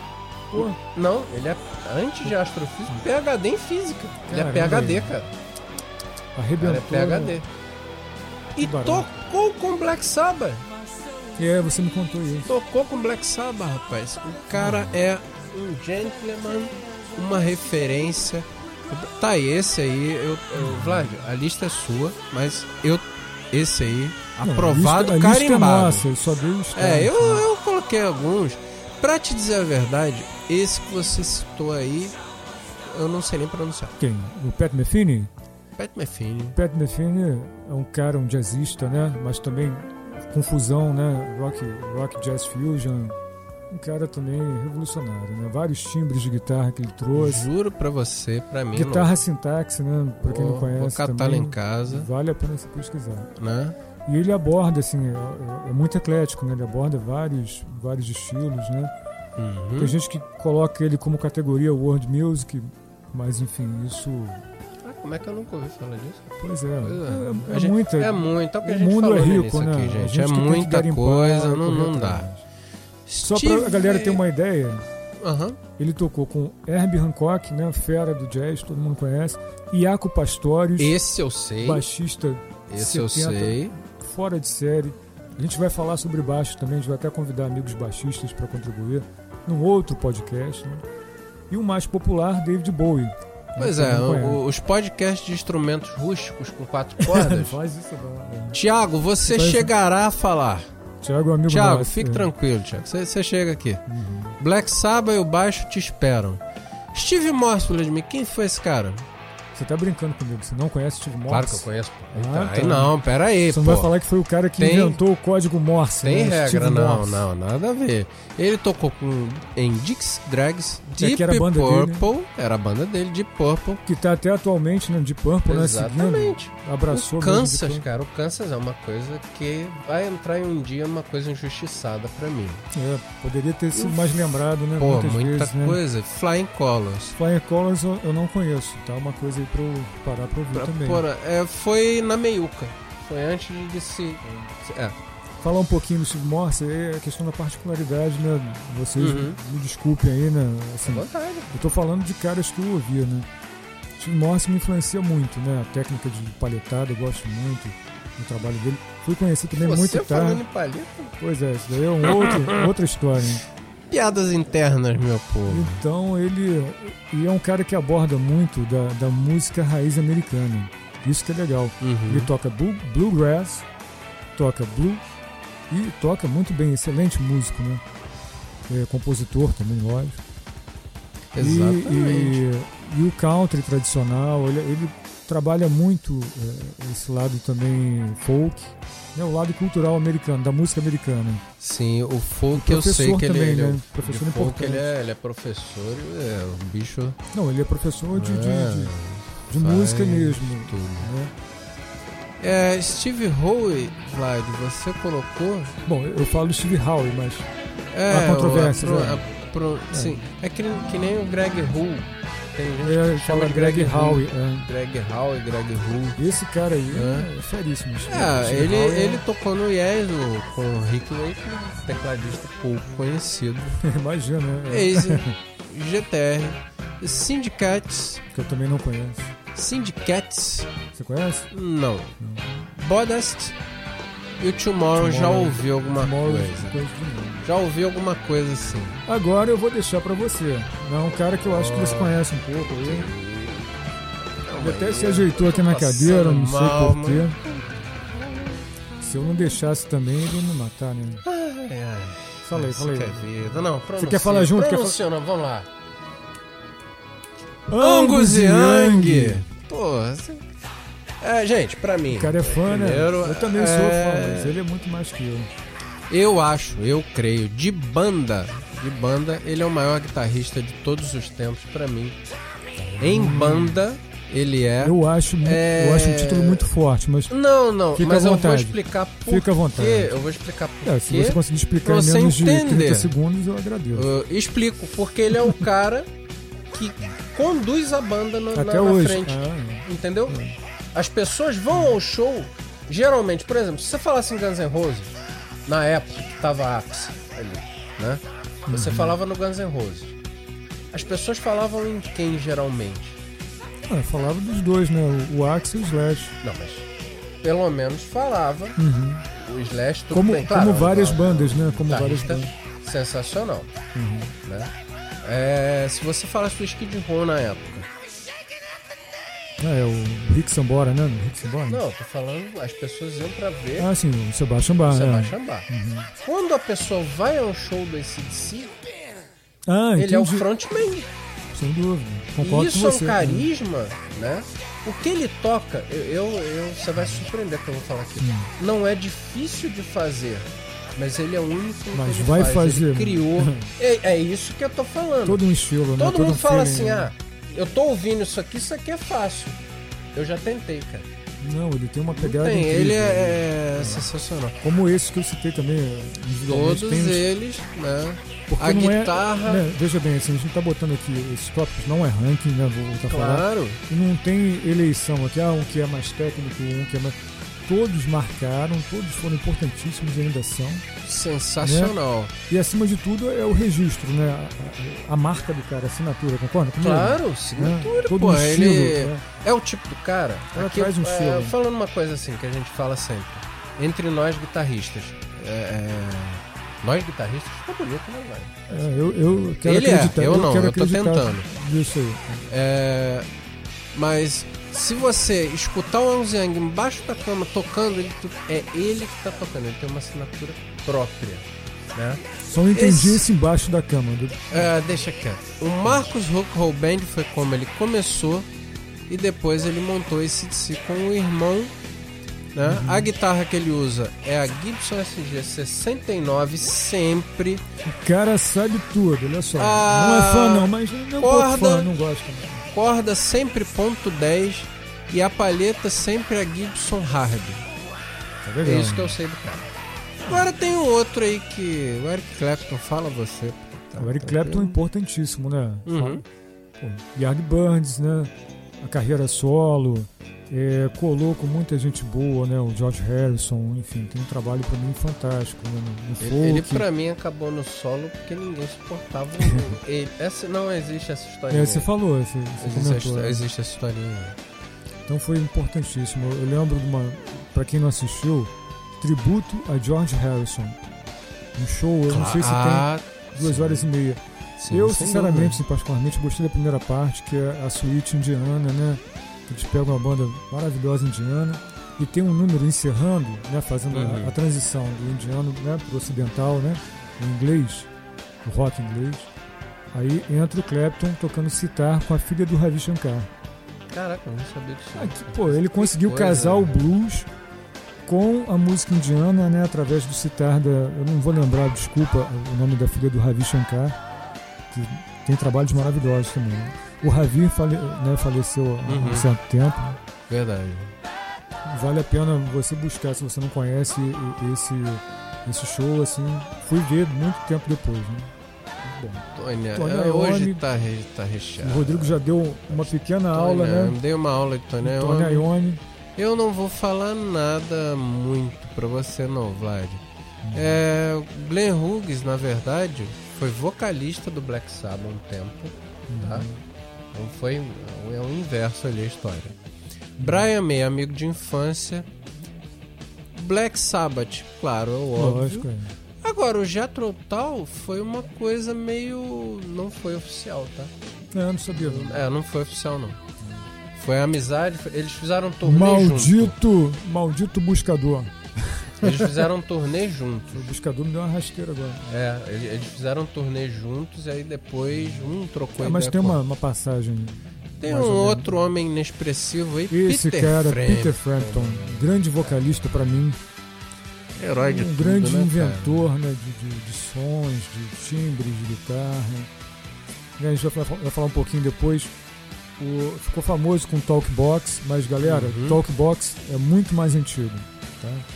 Pô, Não, ele é antes de astrofísica, PhD em física. Ele é Caramba, né? PhD, aí. cara. O cara arrebentou. é PhD. E barato. tocou com Black Sabbath. É, você me contou isso. tocou com Black Sabbath, rapaz. O cara é um gentleman, uma referência. Tá, e esse aí, eu, eu- Vlad, a lista é sua, mas eu, esse aí, Não, aprovado, a lista, a lista é carimbado. nossa, eu só dei os é, caras, eu, né? eu coloquei alguns. Pra te dizer a verdade, esse que você citou aí, eu não sei nem pronunciar. Quem? O Pat Metheny? Pat Metheny. Pat Metheny é um cara, um jazzista, né? Mas também confusão, né? Rock, rock jazz fusion. Um cara também revolucionário, né? Vários timbres de guitarra que ele trouxe. Juro pra você, pra mim, Guitarra sintaxe, né? Pra não. quem Vou, não vou conhece catar lá também. em casa, Vale a pena se pesquisar. né? E ele aborda, assim, é, é- é muito eclético, né? Ele aborda vários, vários estilos, né? Tem Uhum. gente que coloca ele como categoria World Music, mas enfim, isso... Ah, como é que eu nunca ouvi falar disso? Pois é, Pois é, é. é, A gente- muita... É muito, é o que a o gente mundo falou é no rico, início né? aqui, A gente. gente É que tem que muita garimpar, coisa, não, correr não dá. atrás. Só pra a galera ter uma ideia, Aham. ele tocou com Herbie Hancock, né? Fera do jazz, todo mundo conhece. Iaco Pastorius, Esse eu sei, baixista esse eu 70. sei. fora de série. A gente vai falar sobre baixo também, a gente vai até convidar amigos baixistas para contribuir num outro podcast. né? E o mais popular, David Bowie. né, Pois todo é, mundo conhece. o- os podcasts de instrumentos rústicos com quatro Não cordas. faz isso não. né? Tiago, você Faz- chegará a falar. Tiago é um amigo Tiago, nosso, fique né? tranquilo, Tiago. Você você chega aqui. Uhum. Black Sabbath e o baixo te esperam. Steve Morse, Vladimir, quem foi esse cara? Você tá brincando comigo, você não conhece Steve Morse? conheço. Ah, Aí tá. não, peraí, pô. Você não vai falar que foi o cara que Tem- inventou o código Morse. Tem né? regra, Steve não, Morse. não, nada a ver. Ele tocou com, em Dix Drags, Que Deep era a banda dele, né? Purple, era a banda dele, Deep Purple. Que tá até atualmente no Deep Purple, né? Seguindo, Exatamente. Um abraçou o mesmo Kansas, Deep cara, o Kansas é uma coisa que vai entrar em um dia uma coisa injustiçada pra mim. Purple. É, poderia ter sido mais lembrado, né? Pô, muitas muita vezes, né? coisa. Flying Colors. Flying Colors eu eu não conheço, tá? Uma coisa aí pra eu parar pra ouvir Pra- também. porra, é, foi na meiuca. Foi antes de, de se. É, Falar um pouquinho do Steve Morse é a questão da particularidade, né? Vocês Uhum. me desculpem aí, né? Assim, vontade. Eu tô falando de caras que eu ouvia, né? Steve Morse me influencia muito, né? A técnica de palhetada, eu gosto muito do trabalho dele. Fui conhecer também Você muito tarde. falando em palito. Pois é, isso daí é um outro, outra história. hein? Piadas internas, meu povo. Então ele e é um cara que aborda muito da, da música raiz americana. Isso que é legal. Ele Uhum. toca blu- bluegrass, toca blue e toca muito bem, excelente músico, né? É, compositor também, lógico. E- Exatamente. E, e o country tradicional, ele, ele trabalha muito é, esse lado também folk, né, o lado cultural americano, da música americana. Sim, o folk E eu sei que ele, também, ele é né? um- de Professor folk, importante. ele é, ele é professor, e é um bicho Não, ele é professor de, de- é, de- de música faz mesmo. tudo. né? É, Steve Howe, Vlad, você colocou. Bom, eu falo Steve Howe, mas. É, Há controvérsias, o- a é. pro- a pro- Sim, é que, que nem o Greg Hull. Tem gente É, que fala de Greg Howe. Hull. Greg Howe, Greg Hull. é. Esse cara aí É. é, feríssimo. Steve- É, Steve ele, Howe é- ele tocou no Yes o- com o Rick Lake, um tecladista pouco conhecido. Imagina, né? Ex, GTR, Syndicates, É, que eu também não conheço. Syndicates, Você conhece? não. Bodast e o Tomorrow já Tomorrow. ouvi alguma Tomorrow coisa. Coisa de Novo. Já ouvi alguma coisa assim. Agora eu vou deixar pra você. É um cara que eu acho que você conhece um pouco aí. Ele é, até se ajeitou aqui na Tá Passando cadeira, não sei mal, né? porquê. Se eu não deixasse também, ele ia me matar, né? Ai, ai. Fala aí, Isso fala aí. que é vida. Não, pronuncia. quer falar junto? Quer Pronuncia, não, vamos lá. Angus Young. Pô, você- é, gente, pra mim, O cara é fã, né? Primeiro, Eu também sou é- fã, mas ele é muito mais que eu. eu acho, eu creio, de banda, de banda, ele é o maior guitarrista de todos os tempos pra mim. Em banda, ele é. Hum. Eu acho, mu- É- eu acho um título muito forte, mas Não, não, Fica à mas eu vou vontade. explicar por Fica à quê. vontade. Eu vou explicar por É, se quê. você conseguir explicar em Você menos de entender. 30 segundos, eu agradeço. Eu explico, porque ele é o cara que conduz a banda na, na- Até na hoje. frente. Ah, Entendeu? As pessoas vão ao show, geralmente, por exemplo, se você falasse em Guns N' Roses, na época que tava ápice ali, né? Você Uhum. falava no Guns N' Roses. As pessoas falavam em quem geralmente? é. Ah, falava dos dois, né? O- O Axe e o Slash. Não, mas pelo menos falava o Slash, tudo Como, bem, claro. então. como várias não, bandas, né? Como várias guitarrista bandas. Tá, sensacional. Uhum. Né? É, se você falasse do Skid Row na época, Ah, é o Rick Sambora, né? Rick Sambora? não, eu tô falando, as pessoas iam pra ver Ah, sim, o Sebastian Bach, né? Sebastian Bach. Quando a pessoa vai a um show do ACDC, Ah, entendi. ele é o frontman. Sem dúvida. E Concordo isso com é você. um carisma, né? O que ele toca, eu, eu- eu- você vai se surpreender que eu vou falar aqui. Não é difícil de fazer, mas ele é o único que Mas ele vai faz. fazer. Ele criou. é, é isso que eu tô falando. Todo, Todo um estilo, né? mundo um fala assim, feeling, ah, né? eu tô ouvindo isso aqui, isso aqui é fácil. Eu já tentei, cara. Não, ele tem uma pegada ah, Tem, incrível. né? ele é, é sensacional. Como esse que eu citei também, eh, individualmente, Todos tem uns- eles, né? porque a não é- guitarra- né, veja bem, assim, a gente não tá botando aqui esses tópicos, não é ranking, né? Vou voltar a falar. Claro. E não tem eleição aqui, ah, um que é mais técnico, um que é mais. Todos marcaram, todos foram importantíssimos e ainda são. Sensacional. E acima de tudo é o registro, né? A, a- a marca do cara, a assinatura, concorda? comigo? Claro, Né? signature, Todo pô. um estilo, Ele né? é o tipo do cara. Ela Aqui, traz um é, estilo. falando uma coisa assim que a gente fala sempre. Entre nós guitarristas. é, é, nós guitarristas ficou bonito, né, velho? É, eu, eu quero Ele é, acreditar. eu não, quero eu tô acreditar tentando. Isso aí. É, mas se você escutar o Angus Young embaixo da cama tocando, ele, tu- é ele que tá tocando, ele tem uma assinatura própria. Né? Só não entendi Esse- esse... embaixo da cama. do- É, deixa quieto. O Marcus Rockhold Band foi como ele começou e depois ele montou esse DC com o irmão. Né? A guitarra que ele usa é a Gibson SG69, sempre. O cara sabe tudo, olha só. Ah, não é fã, não, mas não é um pouco corda. fã, não né? gosto. não. Corda sempre ponto .10 e a palheta sempre é a Gibson Hard. Tá É legal. isso que eu sei do cara. Agora tem um outro aí que o Eric Clapton fala você. porque tá- O Eric tá- Clapton é importantíssimo, né? Uhum. Pô, Yardbirds, né? A carreira solo. é, colou com muita gente boa, né? O George Harrison, enfim, tem um trabalho pra mim fantástico. Né? No, no Ele, ele folk. pra mim acabou no solo porque ninguém suportava o- ele. Essa, não existe essa história. É, você falou, você, você existe, comentou, essa- né? existe essa historinha. Então foi importantíssimo. Eu lembro de uma, pra quem não assistiu, tributo a George Harrison. Um show, eu não sei se tem Ah, duas sim. horas e meia. Sim, eu, sem sinceramente, assim, particularmente, gostei da primeira parte, que é a suíte indiana, né? Eles pegam uma banda maravilhosa indiana e tem um número encerrando, né? Fazendo a- Uhum. a, transição do indiano né, pro ocidental, né? O inglês, o rock inglês. Aí entra o Clapton tocando citar com a filha do Ravi Shankar. dúvida. Caraca, eu não sabia disso. Ah, que, pô, ele conseguiu coisa, casar o né? blues com a música indiana, né? Através do citar da. Eu não vou lembrar, desculpa, o nome da filha do Ravi Shankar, que tem trabalhos maravilhosos também. né. O Ravi fale- né, faleceu há Uhum. um certo tempo. Verdade. vale a pena você buscar se você não conhece esse, esse show, assim. Fui ver muito tempo depois, né? Muito bom. Tônia, Tônia ah, hoje Iommi. tá, re- tá recheado. O Rodrigo já deu uma pequena Tônia, aula, né? Dei uma aula de Tony Tony Iommi. Ione. Eu não vou falar nada muito pra você não, Vlad. É, o Glenn Hughes, na verdade, foi vocalista do Black Sabbath há um tempo, tá? Então foi é o inverso ali a história. Brian May, amigo de infância. Black Sabbath, claro, é o óbvio. Lógico, é. Agora, o Jethro Tull foi uma coisa meio... não foi oficial, tá? É, eu não sabia. não. É, não foi oficial, não. Foi amizade, foi- eles fizeram um turnê junto. Maldito, maldito buscador. Eles fizeram um turnê juntos. O buscador me deu uma rasteira agora. É, ele- eles fizeram um turnê juntos e aí depois um trocou É, ideia mas tem com uma, uma passagem. outro. Tem um mais ou menos. outro homem inexpressivo aí, Esse Peter cara, Frampton, Peter Frampton, um grande vocalista pra mim, Herói de um tudo, grande né, cara? inventor né, de, de- de sons, de timbres, de guitarra. E a gente vai, fa- vai falar um pouquinho depois. O- ficou famoso com Talkbox, mas galera, Uhum. Talkbox é muito mais antigo. Tá? A gente-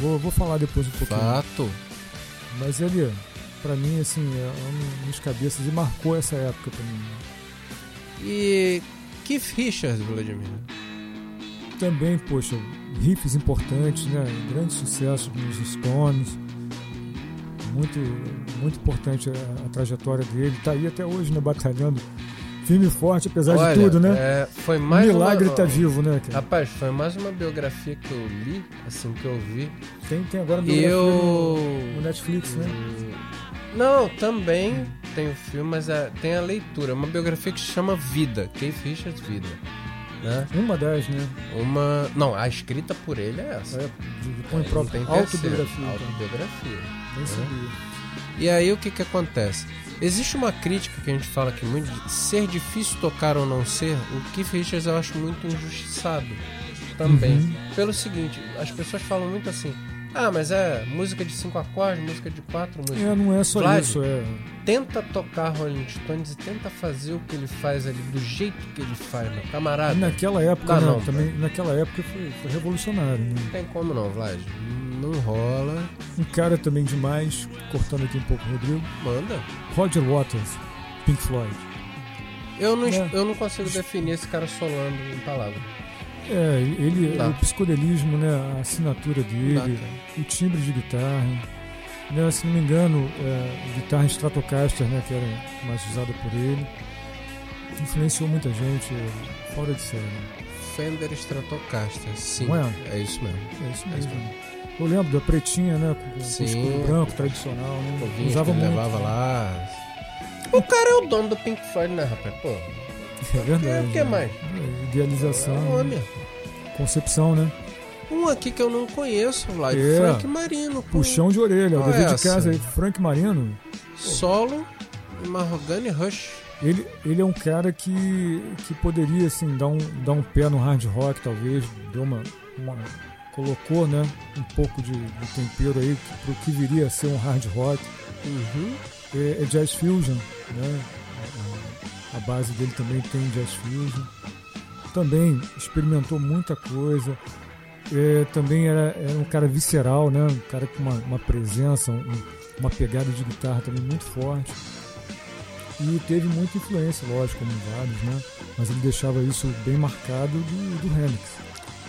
Vou, vou falar depois um pouquinho. Fato. Mas ele, pra mim, assim, é um dos cabeças e marcou essa época pra mim. E Keith Richards, Vladimir. Também, poxa, riffs importantes, né? Grande sucesso dos Stones. Muito, muito importante a, a trajetória dele. Tá aí até hoje, né? Batalhando. Firme e forte, apesar Olha, de tudo, né? é, foi O mais milagre uma... tá vivo, né? cara? Rapaz, foi mais uma biografia que eu li, assim, que eu vi. Tem, tem agora E biografia eu... Hum, no, no Netflix, né? Não, também tem o filme, mas a- tem a leitura. É Uma biografia que se chama Vida, Keith Richards Vida. Né? Uma das, né? Uma. Não, a escrita por ele é essa. É, de, de Aí cunho não próprio. tem É? terceiro. Autobiografia. Auto... Autobiografia. Bem subido. E aí o que que acontece? Existe uma crítica que a gente fala aqui muito de ser difícil tocar ou não ser. O Keith Richards eu acho muito injustiçado também. Uhum. Pelo seguinte, as pessoas falam muito assim: ah, mas é música de cinco acordes, música de quatro, música É, não é só Vlad, isso. É... tenta tocar Rolling Stones e tenta fazer o que ele faz ali, do jeito que ele faz, meu camarada. Não Naquela época, Dá né? não, também, naquela época foi, foi revolucionário. Né? tem como não, Vlad. Não rola. Um cara também demais, cortando aqui um pouco o Rodrigo, Manda. Roger Waters, Pink Floyd. Eu não, É. eu não consigo definir esse cara solando em palavras. É, ele, Tá. o psicodelismo, né, a assinatura Não dá, dele, cara. o timbre de guitarra. Né, se não me engano, é, guitarra Stratocaster, né, que era mais usada por ele. Influenciou muita gente, é, fora de série. Fender Stratocaster, sim. Não é? isso mesmo. É isso mesmo. Eu lembro da pretinha, né, com, com Sim. escuro branco, tradicional, O né, vinho que usava ele muito. levava lá. O cara é o dono do Pink Floyd, né, rapaz? Pô, É verdade. É, o que né? mais? É, é Idealização, um né, homem. concepção, né? Um aqui que eu não conheço, Vlad. É. Frank Marino. pô. Puxão de orelha, o Qual é dever de essa? casa aí. Frank Marino, Solo, Mahogany Rush. ele, ele é um cara que, que poderia, assim, dar um, dar um pé no hard rock, talvez, deu uma, uma- colocou, né, um pouco de, de tempero aí pro que viria a ser um hard rock. Uhum. É, é jazz fusion, né, A- a- a base dele também tem jazz fusion. Também experimentou muita coisa. É, também era, era um cara visceral, né, um cara com uma, uma presença, um- uma pegada de guitarra também muito forte. E teve muita influência, lógico, como vários, né? Mas ele deixava isso bem marcado do, do Hendrix.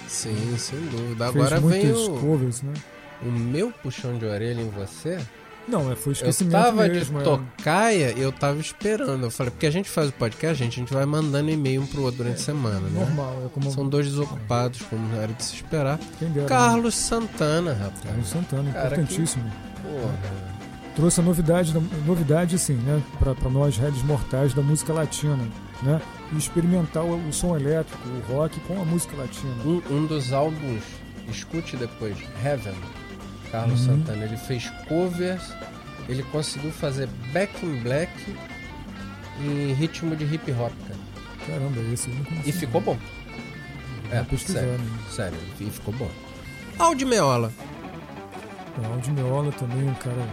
Sim, sem dúvida. Fez Agora vem muitos o, covers, né? o meu puxão de orelha em você. Não, é, foi Eu esquecimento tava mesmo. de é. tocaia e eu tava esperando. Eu falei, porque a gente faz o podcast, gente, a gente vai mandando e-mail um pro outro durante a semana, né? normal, é como São dois desocupados, como era de se esperar. quem dera. né? Carlos Santana, rapaz. Carlos Santana, É. Cara, importantíssimo. Porra. Trouxe a novidade, da- novidade assim, né? Pra, pra nós, réis mortais da música latina, né? E experimentar o, o som elétrico, o rock com a música latina. Um, um dos álbuns, escute depois, Heaven, Carlos Uhum. Santana. Ele fez covers, ele conseguiu fazer Back in Black em ritmo de hip hop, cara. Caramba, esse eu não conhecia. E ficou bom. É, Vou pesquisar, sério. né? Sério, e ficou bom. Aldi Meola. O Aldi Meola também é um cara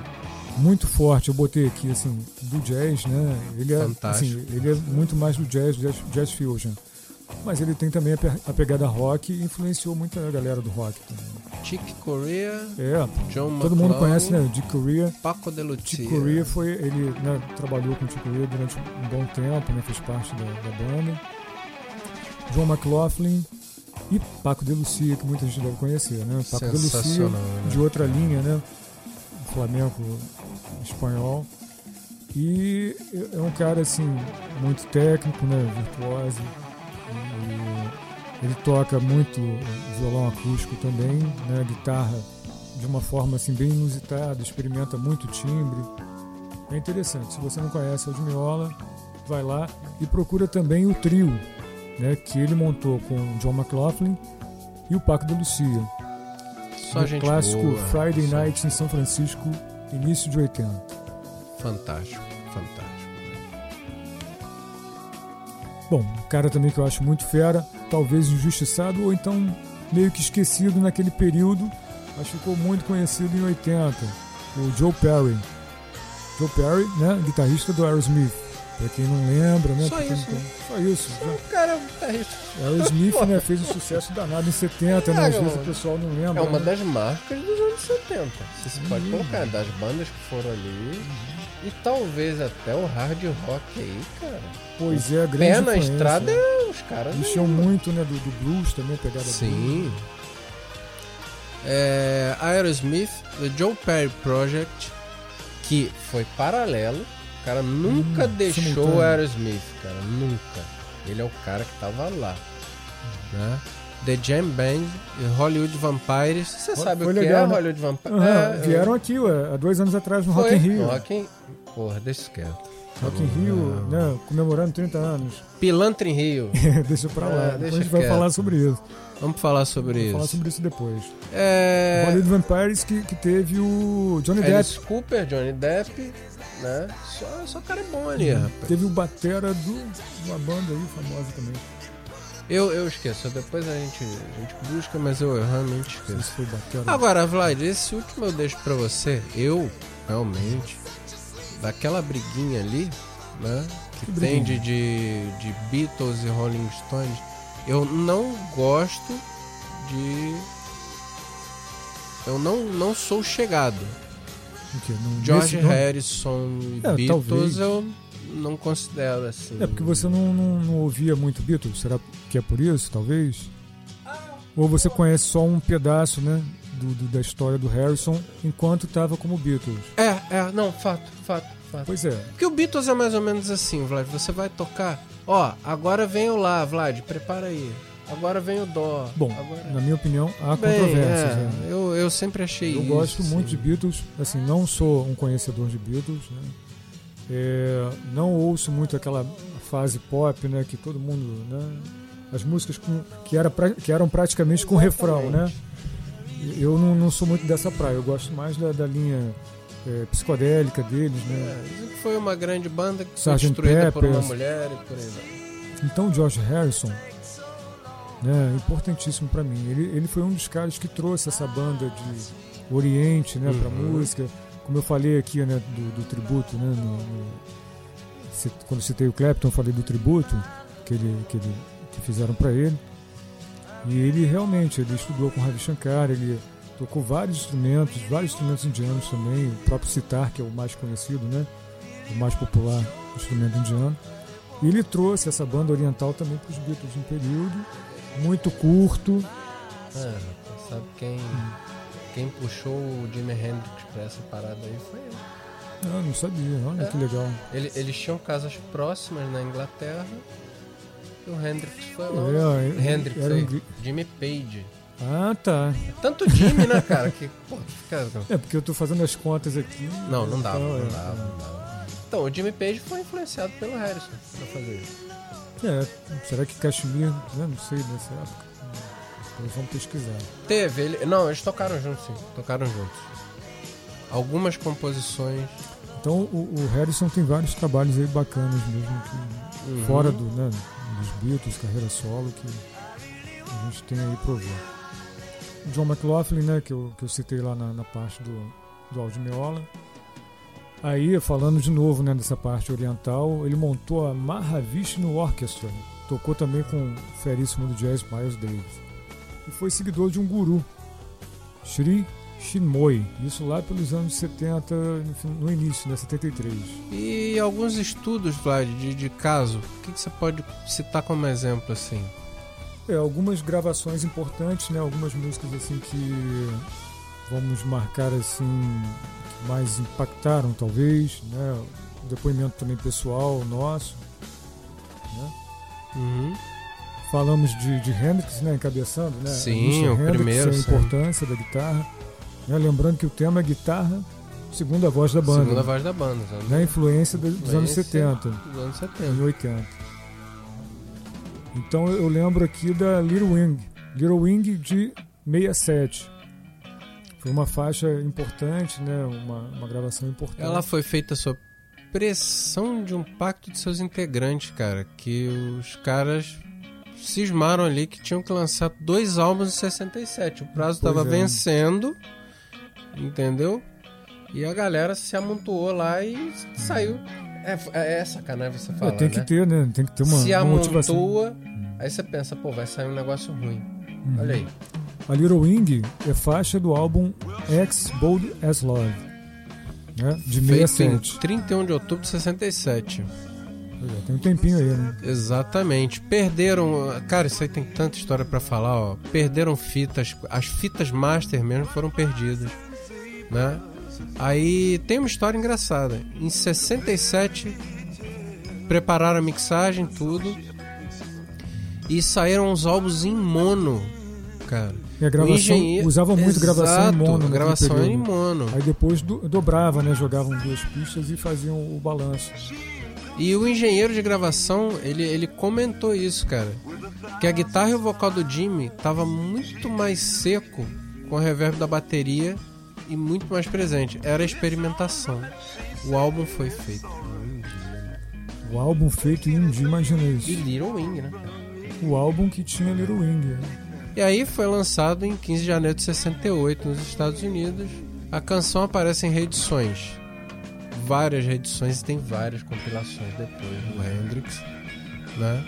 muito forte. Eu botei aqui, assim, do jazz, né? Ele é, Fantástico. assim, ele é muito mais do jazz, jazz, jazz fusion. mas ele tem também a pe- a pegada rock e influenciou muito a galera do rock também. Chick Corea, É, John todo mundo McClone, conhece, né? Dick Corea. Paco de Lucia. Chick Corea foi, ele né, trabalhou com Chick Corea durante um bom tempo, né, fez parte da, da banda. John McLaughlin e Paco de Lucia, que muita gente deve conhecer, né? Paco de Lucia, Sensacional, né? de outra linha, né? Flamengo espanhol. E é um cara, assim, muito técnico, né? Virtuoso. E ele toca muito violão acústico também, né? Guitarra de uma forma, assim, bem inusitada. Experimenta muito timbre. É interessante. Se você não conhece Aldmiola, vai lá e procura também o trio, né? Que ele montou com o John McLaughlin e o Paco de Lucia Só no gente clássico boa. Friday Só- Night em São Francisco, início de 80. Fantástico, fantástico. Bom, um cara também que eu acho muito fera, talvez injustiçado ou então meio que esquecido naquele período, mas ficou muito conhecido em 80, o Joe Perry. Joe Perry, né, guitarrista do Aerosmith. Pra quem não lembra, né? Só pra quem isso, não né? tem- Só isso. já. Cara, é um guitarrista. Aerosmith né, fez um sucesso danado em 70, né? Às Caraca, vezes o mano. pessoal não é lembra. uma né? das marcas dos anos 70. Você se pode Hum. colocar das bandas que foram ali. Uhum. E talvez até o hard rock aí, cara. Pois é, grande Pé na influência. estrada, né? os caras. Mexeu muito, né, do, do blues também, a pegada blues. Sim. É, Aerosmith, The Joe Perry Project, que foi paralelo. O cara nunca Hum, deixou simultâneo. o Aerosmith, cara. Nunca. Ele é o cara que tava lá. Né? The Jam Band e Hollywood Vampires. Você sabe foi o que legal, é né? Hollywood Vampires? Aham, é, vieram aqui, ué, há dois anos atrás no foi. Rock in Rio. Rock, Rock in... Porra, deixa quieto. in Rio, é. né, comemorando 30 anos. Pilantra em Rio. deixa pra É, lá, depois deixa a gente vai quieto. falar sobre isso. Vamos falar sobre Vamos isso. falar sobre isso depois. É... Hollywood Vampires que, que teve o Johnny Alice Depp. Cooper, É, Johnny Depp, né? Só, só cara bom ali, Uhum. rapaz. Teve o Batera do, de uma banda aí famosa também. Não Eu, eu esqueço, depois a gente, a gente busca, mas eu, eu realmente sei esqueço. se foi Batera. Agora, Vlad, esse último eu deixo pra você. Eu, realmente, daquela briguinha ali, né? Que, Que tem de, briguinha? de, de Beatles e Rolling Stones, eu não gosto de. Eu não, não sou chegado. O quê? No- George nesse- não- Harrison e É, Beatles talvez. eu não considero assim. É porque você não, não- não ouvia muito Beatles, será que é por isso, talvez? Ou você conhece só um pedaço, né, do- do- da história do Harrison enquanto estava como Beatles. É, é, não, fato, fato, fato. Pois é, Porque o Beatles é mais ou menos assim, Vlad. Você vai tocar, ó, agora vem o lá, Vlad, prepara aí. Agora vem o dó. Bom, agora... na minha opinião, há Bem, controvérsias. né? é, eu, eu sempre achei Eu isso. gosto muito de assim. Beatles, assim, não sou um conhecedor de Beatles, né? É, não ouço muito aquela fase pop, né, que todo mundo, né, as músicas com- que, era pra- que eram praticamente com refrão, né? Eu não, não sou muito dessa praia, eu gosto mais da, da linha é, psicodélica deles, né? É, dizem que foi uma grande banda que foi Sgt. destruída por uma Pepper's. mulher e por aí vai. Então, George Harrison, né, importantíssimo para mim. Ele, ele foi um dos caras que trouxe essa banda de Oriente, né, para Uhum. música. Como eu falei aqui, né, do, do tributo, né, no- no- ci- quando citei o Clapton, eu falei do tributo que ele que, ele, que fizeram para ele. E ele realmente, ele estudou com Ravi Shankar, ele tocou vários instrumentos, vários instrumentos indianos também, o próprio sitar, que é o mais conhecido, né, o mais popular instrumento indiano. E ele trouxe essa banda oriental também para os Beatles um período muito curto. Ah, sabe quem. Hum. Quem puxou o Jimi Hendrix pra essa parada aí foi ele. Eu Ah, não sabia, olha que É. legal. Ele- eles tinham casas próximas na Inglaterra. E o Hendrix foi lá. É, é, Hendrix era aí. ingl- Jimmy Page. Ah, tá. Tanto Jimmy, né, cara? Que, pô, fica... É porque eu tô fazendo as contas aqui. Não, não dava, Então, não é. dava, não dava. Então, o Jimmy Page foi influenciado pelo Harrison pra fazer isso. É, será que Kashmir, né? Não sei nessa época. Depois vamos pesquisar. Teve, ele... Não, eles tocaram juntos, sim. Tocaram juntos. Algumas composições... Então o, o Harrison tem vários trabalhos aí bacanas mesmo, que- uhum. fora do, né, dos Beatles, carreira solo, que a gente tem aí pra ouvir. O John McLaughlin, né, que eu, que eu citei lá na, na parte do, do Aldmiola. Aí, falando de novo né, dessa parte oriental, ele montou a Mahavishnu Orchestra, Tocou também com o feríssimo do jazz Miles Davis. E foi seguidor de um guru, Sri Shinmoy. Isso lá pelos anos 70, no fin- no início, né? 73. E alguns estudos, Vlad, de, de caso, o que, que você pode citar como exemplo assim? É, algumas gravações importantes, né? Algumas músicas assim que vamos marcar assim que mais impactaram talvez, né? O depoimento também pessoal nosso. Uhum. Falamos de, de Hendrix, né? Encabeçando, né? Sim, é Richard o Hendrix, primeiro, A sim. importância da guitarra. né, Lembrando que o tema é guitarra, segunda voz da banda. Segunda né, voz da banda, tá? Na influência dos anos Influência. 70. dos anos em 70. 80. Então eu lembro aqui da Little Wing, Little Wing de 67. Foi uma faixa importante, né? Uma, uma gravação importante. É, Ela foi feita sob pressão de um pacto de seus integrantes, cara, que os caras cismaram ali que tinham que lançar dois álbuns em 67. O prazo Pois tava é. vencendo, entendeu? E a galera se amontoou lá e saiu. É, é sacanagem você falar, É, tem que né? ter, né? Tem que ter uma, se uma motivação. amontoa, aí você pensa, pô, vai sair um negócio ruim. Uhum. Olha aí. A Little Wing é faixa do álbum Ex Bold as Love, né? De Feito em 67. 31 de outubro de 67. Pois é, Tem um tempinho aí, né? Exatamente. Perderam. Cara, isso aí tem tanta história pra falar, ó. Perderam fitas. As fitas master mesmo foram perdidas. Né? Aí tem uma história engraçada. Em 67, prepararam a mixagem, tudo. E saíram os álbuns em mono, cara. E a O gravação engenheiro- usava muito gravação em Exato, mono. naquele Gravação em período. mono. Aí depois do- dobrava, né? Jogavam duas pistas e faziam o balanço. E o engenheiro de gravação, ele, ele comentou isso, cara. Que a guitarra e o vocal do Jimmy tava muito mais seco com o reverb da bateria e muito mais presente. Era a experimentação. O álbum foi feito. O álbum feito em um dia, imagina E isso. Little Wing, né? O álbum que tinha Little Wing. né? E aí foi lançado em 15 de janeiro de 68 nos Estados Unidos. A canção aparece em reedições. Várias reedições e tem várias compilações depois do Hendrix, né?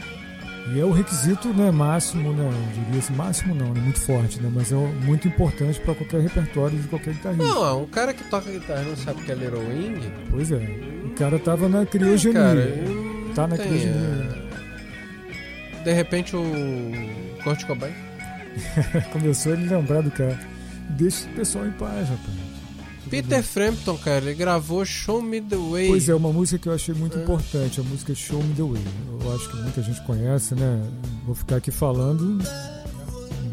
E é o requisito né, máximo, né? Eu diria assim, máximo não, né, muito forte, né? Mas é o- muito importante para qualquer repertório de qualquer guitarrista. Não, um cara que toca guitarra e não sabe o que é Little Wing, Pois é. O cara tava na criogenia. Cara, eu tá não na tenho, criogenia. é. De repente o Kurt Cobain. Começou a ele lembrar do cara. Deixa o pessoal em paz, rapaz. Peter Frampton, cara, ele gravou Show Me The Way. é. Pois é, uma música que eu achei muito É. importante, a música Show Me The Way. Eu acho que muita gente conhece, né? Vou ficar aqui falando,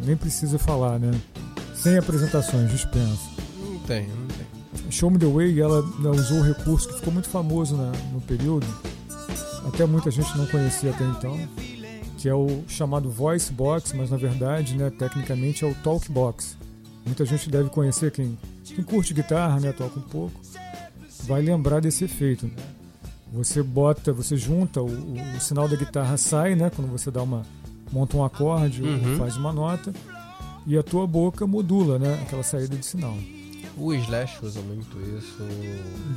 nem precisa falar, né? Sem apresentações, dispensa. Não tem, não tem. Show Me The Way, ela né, usou o recurso que ficou muito famoso na- no período, até muita gente não conhecia até então, que é o chamado Voice Box, mas na verdade, né, tecnicamente é o Talk Box. Muita gente deve conhecer, quem, quem curte guitarra, né, toca um pouco, vai lembrar desse efeito. né? Você bota, você junta, o, o- o sinal da guitarra sai, né, quando você dá uma monta um acorde Uhum. ou faz uma nota, e a tua boca modula, né, aquela saída de sinal. O Slash usa muito isso.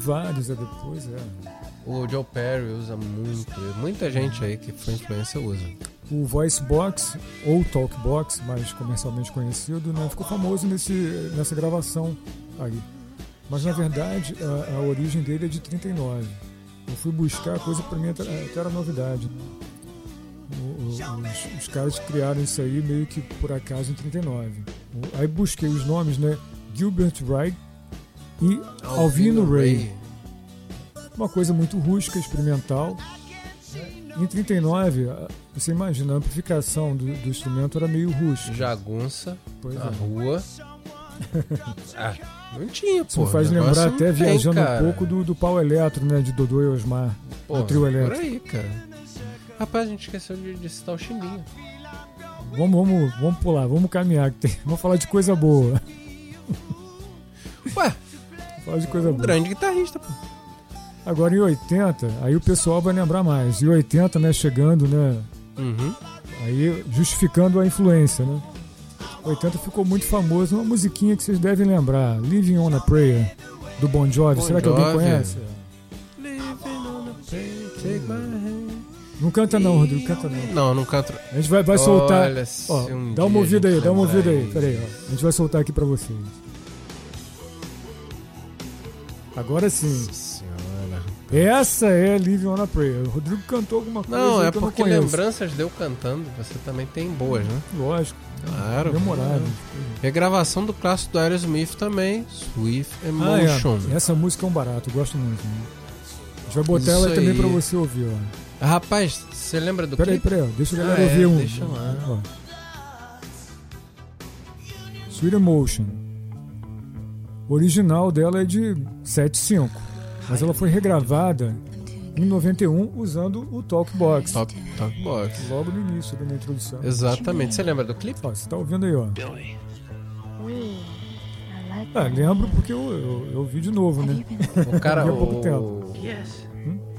Vários é depois, é. O Joe Perry usa muito. Muita gente aí que foi influência usa. O Voice Box, ou Talk Box, mais comercialmente conhecido, né, ficou famoso nesse, nessa gravação aí. Mas na verdade, a, a origem dele é de 39. Eu fui buscar a coisa para mim até, até era novidade. né. O- o- os, os caras criaram isso aí meio que por acaso em 39. O- Aí busquei os nomes, né? Gilbert Wright e Alvino Ray uma coisa muito rústica, experimental. Em 39, a- você imagina, a amplificação do, do instrumento era meio rústica. Jagunça Pois na é. rua. ah, não tinha, pô. Isso me faz o negócio lembrar não até tem, viajando cara. um pouco do, do pau eletro, né? De Dodô e Osmar. Pô, trio Por elétrico. aí, cara. Rapaz, a gente esqueceu de, de citar o Chimbinha. Vamos, vamos, vamos pular, vamos caminhar, que tem, vamos falar de coisa boa. Ué, Falar de coisa um boa. grande guitarrista, pô. Agora em 80, aí o pessoal vai lembrar mais. Em 80, né? Chegando, né? Uhum. Aí justificando a influência, né? 80 ficou muito famoso, uma musiquinha que vocês devem lembrar, Living on a Prayer, do Bon Jovi. Bon Será que alguém Jovi. conhece? Living on a prayer, take my hand. Não canta não, Rodrigo, canta não. Não, não canto. A gente vai, vai soltar. Olha, se Ó, um dá uma dia a ouvida gente aí, dá uma lembrar ouvida aí. isso. Pera aí, ó. A gente vai soltar aqui pra vocês. Agora sim. Nossa Senhora. Essa é Live on a Prayer. O Rodrigo cantou alguma coisa Não, aí é que eu não porque conheço. lembranças de eu cantando, você também tem boas, né? Lógico, Claro. memorável. E a gravação do clássico do Aerosmith também, Swift Ah, é. Emotion. Essa música é um barato, eu gosto muito. Né? A gente vai botar ela Isso também aí. pra você ouvir, ó. Rapaz, você lembra do Pera aí, clipe? pera aí, ó. deixa a galera Ah, é, ouvir um. deixa lá. Ó. Sweet Emotion. O original dela é de 7.5, mas ela foi regravada em 91 usando o Talkbox. Top, top box. Logo no início, ali na introdução. Exatamente. Você lembra do clipe? Ó, você tá ouvindo aí, ó. Billy, I like Ah, that. lembro porque eu, eu, eu vi de novo, Have né? you been looking O cara, Deu pouco Hum? o, tempo. yes.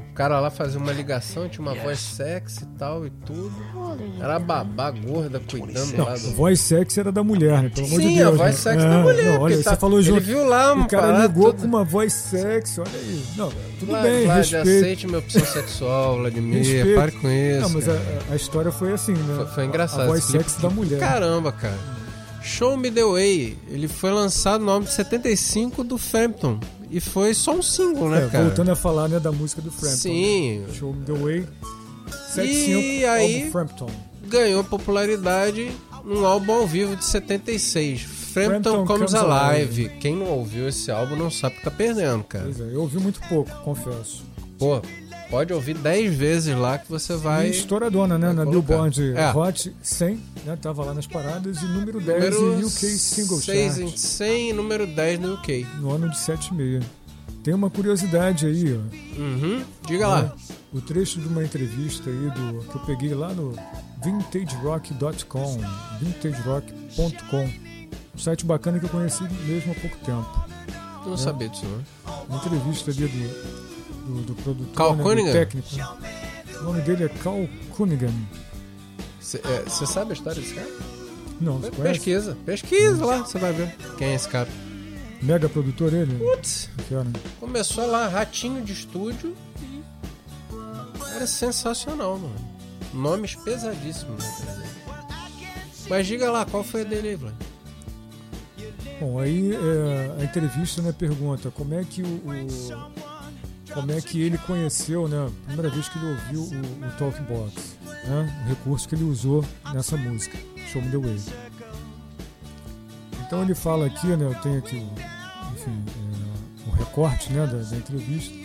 o cara lá fazia uma ligação, tinha uma voz sexy e tal e tudo. how old are you? Era a babá gorda cuidando Não, lá do. voz sexy era da mulher, né? Pelo amor de Sim, Deus. a voz né? sexy É, da mulher. não, olha, porque você tá- falou junto. Ele viu lá um o cara parada ligou toda. com uma voz sexy, olha aí. Não, tudo Vlad, bem, Vlad, respeito. aceite minha opção sexual, Vladimir. Respeito. Pare com isso. Não, mas a, cara. a história foi assim, né? Foi, foi A- engraçado. A voz esse clipe. sexy da mulher. Caramba, cara. Show Me The Way, ele foi lançado no álbum de 75 do Frampton. E foi só um single, né, É, cara? voltando a falar, né, da música do Frampton. Sim, né? Show Me The Way. 75, E aí- álbum Frampton. ganhou popularidade num álbum ao vivo de 76. Frampton, Frampton Comes Comes Alive. Quem não ouviu esse álbum não sabe que tá perdendo, cara. Pois é, eu ouvi muito pouco, confesso. Pô, pode ouvir 10 vezes lá que você vai. E estouradona, né? vai Na colocar. Billboard É. Hot 100, né? Tava lá nas paradas e número 10 em Número UK Single 6 Chart. em 100 e número 10 no UK. no ano de 76. Tem uma curiosidade aí, ó. Uhum. Diga lá. O trecho de uma entrevista aí do que eu peguei lá no vintagerock.com, vintagerock.com, um site bacana que eu conheci mesmo há pouco tempo. É. Não sabia disso, não. Uma entrevista ali do, do, do produtor, Carl né, Cunningham? do técnico. né? O nome dele é Carl Cunningham. Você é, sabe a história desse cara? Não, você conhece? Pesquisa, pesquisa lá, você vai ver quem é esse cara. Mega produtor ele? né? Putz, Que era? começou lá, ratinho de estúdio. e Era sensacional, mano. Nomes pesadíssimos. né, quer dizer. Mas diga lá, qual foi a dele aí, Vlad? Bom, aí é, a entrevista né, pergunta como é que o, o- como é que ele conheceu, né? a Primeira vez que ele ouviu o, o Talkbox, né? O recurso que ele usou nessa música, Show Me the Way. Então ele fala aqui, né? Eu tenho aqui, o- enfim, é, o recorte, né? Da, da entrevista.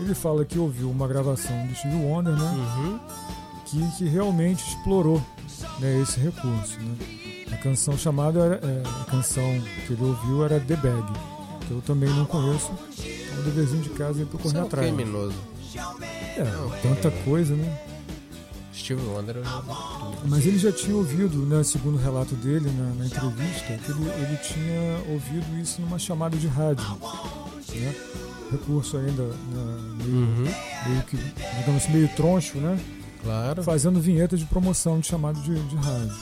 Ele fala que ouviu uma gravação do Steve Wonder, né? Uhum. que, que realmente explorou né, esse recurso. né? A canção chamada, era, é, a canção que ele ouviu era The Bag, que eu também não conheço. É um deverzinho de casa aí pra Você eu correr é um atrás. criminoso. É, um tanta criminoso. coisa, né? Steve Wonder. é eu já vi. Mas ele já tinha ouvido, né, segundo o relato dele na, na entrevista, que ele, ele tinha ouvido isso numa chamada de rádio. Né? Recurso ainda né, meio, Uhum. meio que, digamos assim, meio troncho, né? Claro. fazendo vinheta de promoção de chamado de, de rádio.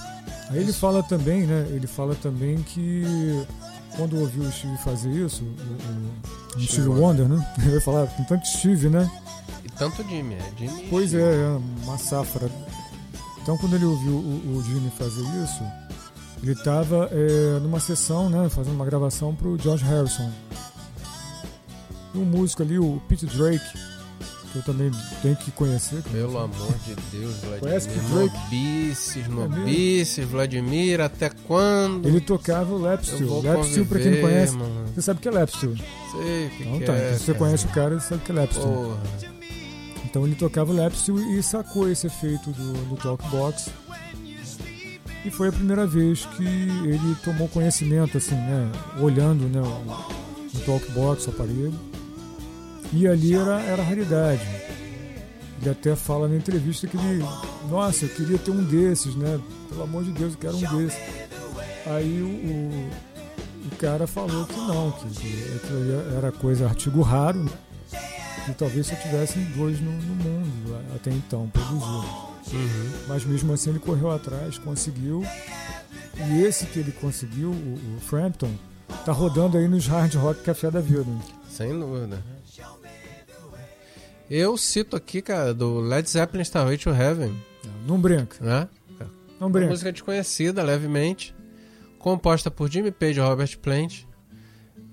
Aí ele fala também, né? Ele fala também que quando ouviu o Steve fazer isso, o, o, o Steve Steve Wonder, né? Eu ia falar com tanto Steve, né? E tanto Jimmy. é Jimmy. Pois é, é uma safra. Então quando ele ouviu o, o Jimmy fazer isso, ele estava numa sessão, né? Fazendo uma gravação pro George Harrison. E um músico ali, o Pete Drake, que eu também tenho que conhecer. que Pelo amor de Deus, Conhece Vladimir. Pete Drake? Nobices, É mesmo? nobices, Vladimir, até quando? Ele é tocava o Lap Eu Steel. vou Lap Steel, pra quem conviver, não conhece, mano. você sabe o que é Lap Steel. Sei o que, Então que tá, é. então se você cara. conhece o cara, você sabe o que é Lap Steel. Porra. Então ele tocava o Lap Steel e sacou esse efeito do, do Talkbox. E foi a primeira vez que ele tomou conhecimento, assim, né? Olhando né, o, o Talkbox, o aparelho. E ali era, era raridade. Ele até fala na entrevista que ele, nossa, eu queria ter um desses, né? Pelo amor de Deus, eu quero um desses. Aí o, o, o cara falou que não, que aquilo ali era coisa artigo raro, né? que talvez só tivessem dois no, no mundo a- até então produzidos. Uhum. Mas mesmo assim ele correu atrás, conseguiu. E esse que ele conseguiu, o, o Frampton, tá rodando aí nos Hard Rock Café da Vida. Sem dúvida. Eu cito aqui, cara, do Led Zeppelin Starway to Heaven, Não brinca, né? não Uma brinca. música desconhecida, levemente, composta por Jimmy Page e Robert Plant.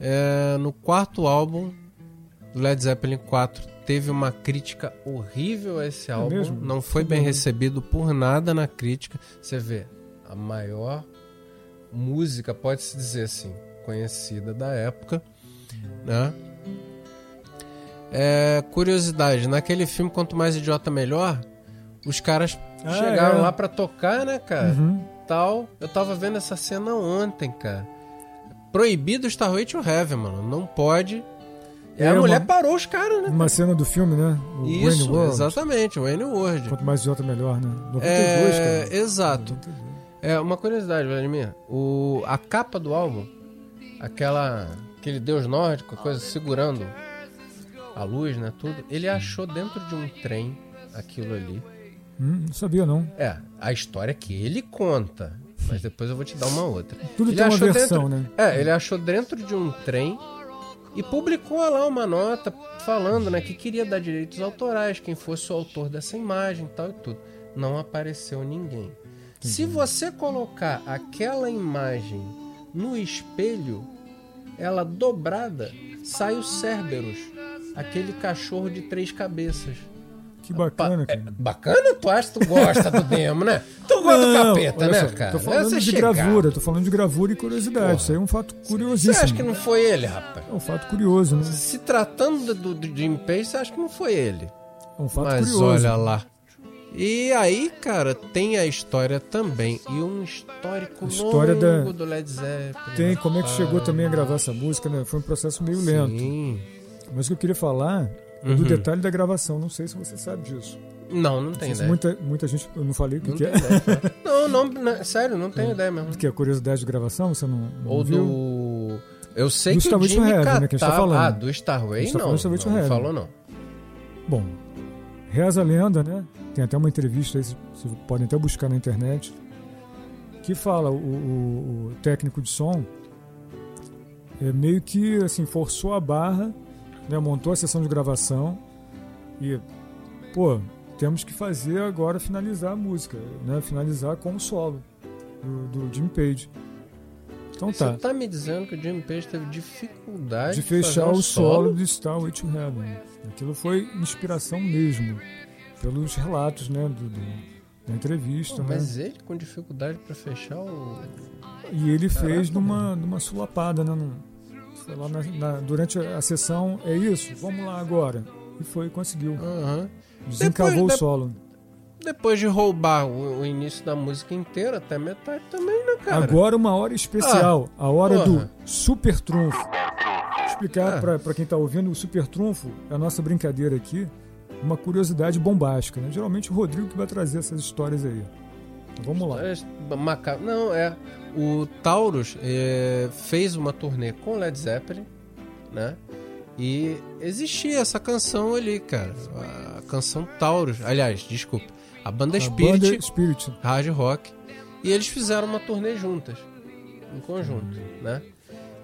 É, no quarto álbum, Led Zeppelin 4 teve uma crítica horrível a esse álbum. mesmo? Não foi bem recebido por nada na crítica. Você vê, a maior música, pode-se dizer assim, conhecida da época, né? É, curiosidade, naquele filme Quanto Mais Idiota Melhor, os caras Ah, chegaram é. lá pra tocar, né, cara? Uhum. Tal. Eu tava vendo essa cena ontem, cara. Proibido Starway to Heaven, mano. Não pode. E É a uma- mulher parou os caras, né? Uma cena do filme, né? O Isso, Wayne World. exatamente, o N-Word. Quanto mais idiota, melhor, né? 92, É, cara. exato. É, uma curiosidade, Vladimir. O, a capa do álbum, aquela, aquele deus nórdico, a coisa segurando a luz, né, tudo, ele achou dentro de um trem aquilo ali. Hum, não sabia, não. É, a história que ele conta, mas depois eu vou te dar uma outra. Tudo ele tem uma achou versão, dentro, né? É, ele achou dentro de um trem e publicou lá uma nota falando, né, que queria dar direitos autorais, quem fosse o autor dessa imagem, e tal e tudo. Não apareceu ninguém. Se você colocar aquela imagem no espelho, ela dobrada, sai o Cerberus, aquele cachorro de três cabeças. Que bacana, Pa- é, cara. bacana, tu acha? Tu gosta do demo, né? Tu gosta do Não, capeta, olha né, só, cara? Tô falando Essa de chegada. gravura, tô falando de gravura e curiosidade. Isso aí é um fato Você curiosíssimo. acha que não foi ele, rapaz? É um fato curioso, né? Se tratando do, do Jim Page, você acha que não foi ele. É um fato Mas curioso. olha lá. E aí, cara, tem a história também. E um histórico História longo da- do Led Zeppelin. Tem como é que chegou também a gravar essa música, né? Foi um processo meio lento. Sim. Uhum. Mas o que eu queria falar é do detalhe da gravação. Não sei se você sabe disso. Não, não tem ideia. Muita, muita gente. Eu não falei o que, Não que tem é. ideia. cara. Não, não, não, sério, não tenho ideia mesmo. Que é a curiosidade de gravação, você não, não Ou viu? do. Eu sei Do que Starway o to Jimmy Heaven, né, catava... que a gente tá falando. Ah, do Starway A gente tá não. falando do Starway to não, não Heaven. falou não. Bom, reza a lenda, né? Tem até uma entrevista aí, vocês podem até buscar na internet, que fala o, o- o técnico de som é, meio que assim, forçou a barra, né? montou a sessão de gravação e, pô, temos que fazer agora finalizar a música, né? Finalizar com o solo do, do Jim Page. Então Você tá. tá me dizendo que o Jimmy Page teve dificuldade de fazer fechar um o solo de Star Way to Heaven. Aquilo foi inspiração mesmo, pelos relatos, né, do, do- da entrevista, Pô, né? mas ele com dificuldade pra fechar o. E ele fez numa, numa sulapada, né? num- Foi lá na- na- durante a sessão, é isso, vamos lá agora. E foi, conseguiu. Aham. Desencavou Depois- o solo. Depois de roubar o, o início da música inteira, até metade também, né, cara? Ah, Agora uma hora especial, a hora porra. do super Ah, trunfo. Explicar pra para quem tá ouvindo, o super trunfo é a nossa brincadeira aqui, uma curiosidade bombástica, né? Geralmente o Rodrigo que vai trazer essas histórias aí. Então, vamos lá. É, maca- Não, é. O Taurus é, fez uma turnê com Led Zeppelin, né? E existia essa canção ali, cara. A canção Taurus. Aliás, desculpa. A banda A Spirit, banda Spirit. Tá hard rock. E eles fizeram uma turnê juntas, em conjunto, né?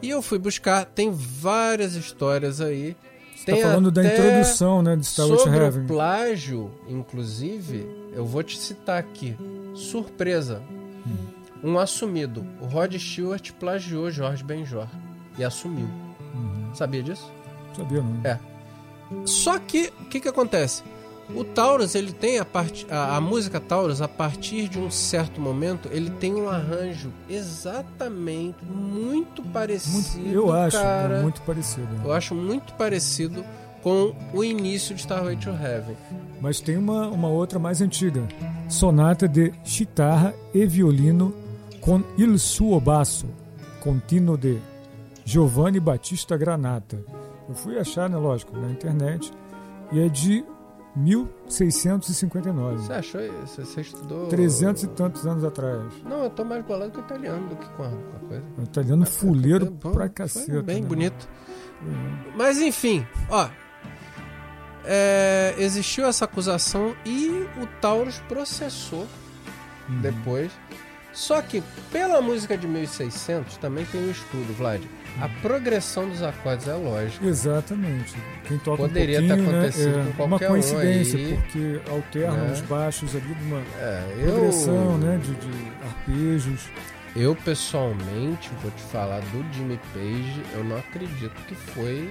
E eu fui buscar, tem várias histórias aí. Você tem tá falando da até introdução, né, de Star Wars Sobre Heaven. o plágio, inclusive, eu vou te citar aqui. Surpresa. Hum. Um assumido. O Rod Stewart plagiou Jorge Benjor e assumiu. Uhum. Sabia disso? Não Sabia não. É. Só que, o que que acontece? O Taurus, ele tem a parte... A, a música Taurus, a partir de um certo momento, ele tem um arranjo exatamente muito Muito- parecido, eu acho, cara. né, muito parecido. Eu acho muito parecido com o início de Starway to Heaven. Mas tem uma, uma outra mais antiga. Sonata de chitarra e violino com il suo basso, continuo de Giovanni Battista Granata. Eu fui achar, né, lógico, na internet, e é de 1659. Você achou isso? Você estudou... 300 e tantos anos atrás. Não, eu tô mais bolado com o italiano do que com a, com a coisa. Um italiano fuleiro Foi pra É bom, caceta. foi bem né? É. bonito. Mas enfim, ó. é, existiu Uhum. essa acusação e o Taurus processou depois. Só que, pela música de 1600, também tem um estudo, Vlad. A Uhum. progressão dos acordes é lógica. Exatamente. Quem toca Poderia um ter pouquinho, acontecido né, é, com uma qualquer um coincidência, aí. porque alternam né? os baixos ali de uma É, progressão, eu, né, de, de arpejos. eu pessoalmente vou te falar do Jimmy Page, eu não acredito que foi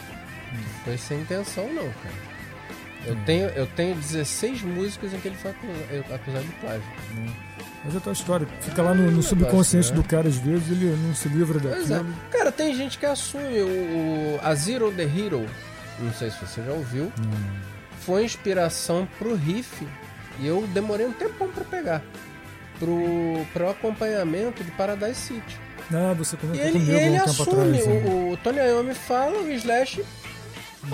que foi sem intenção não, cara. Eu, Hum. tenho, eu tenho 16 músicas em que ele foi acusa- acusado de plágio. né. Mas é a tua história. Fica lá no, no subconsciente né? do cara, às vezes, ele não se livra Pois é. daquilo. Cara, tem gente que assume o, o- a Zero the Hero, não sei se você já ouviu, Hum. foi inspiração pro riff e eu demorei um tempão pra pegar. Pro, pro acompanhamento de Paradise City. Ah, você E comentou ele, comigo e ele há um tempo assume, atrás. né? o, o Tony Iommi fala, o Slash, pô,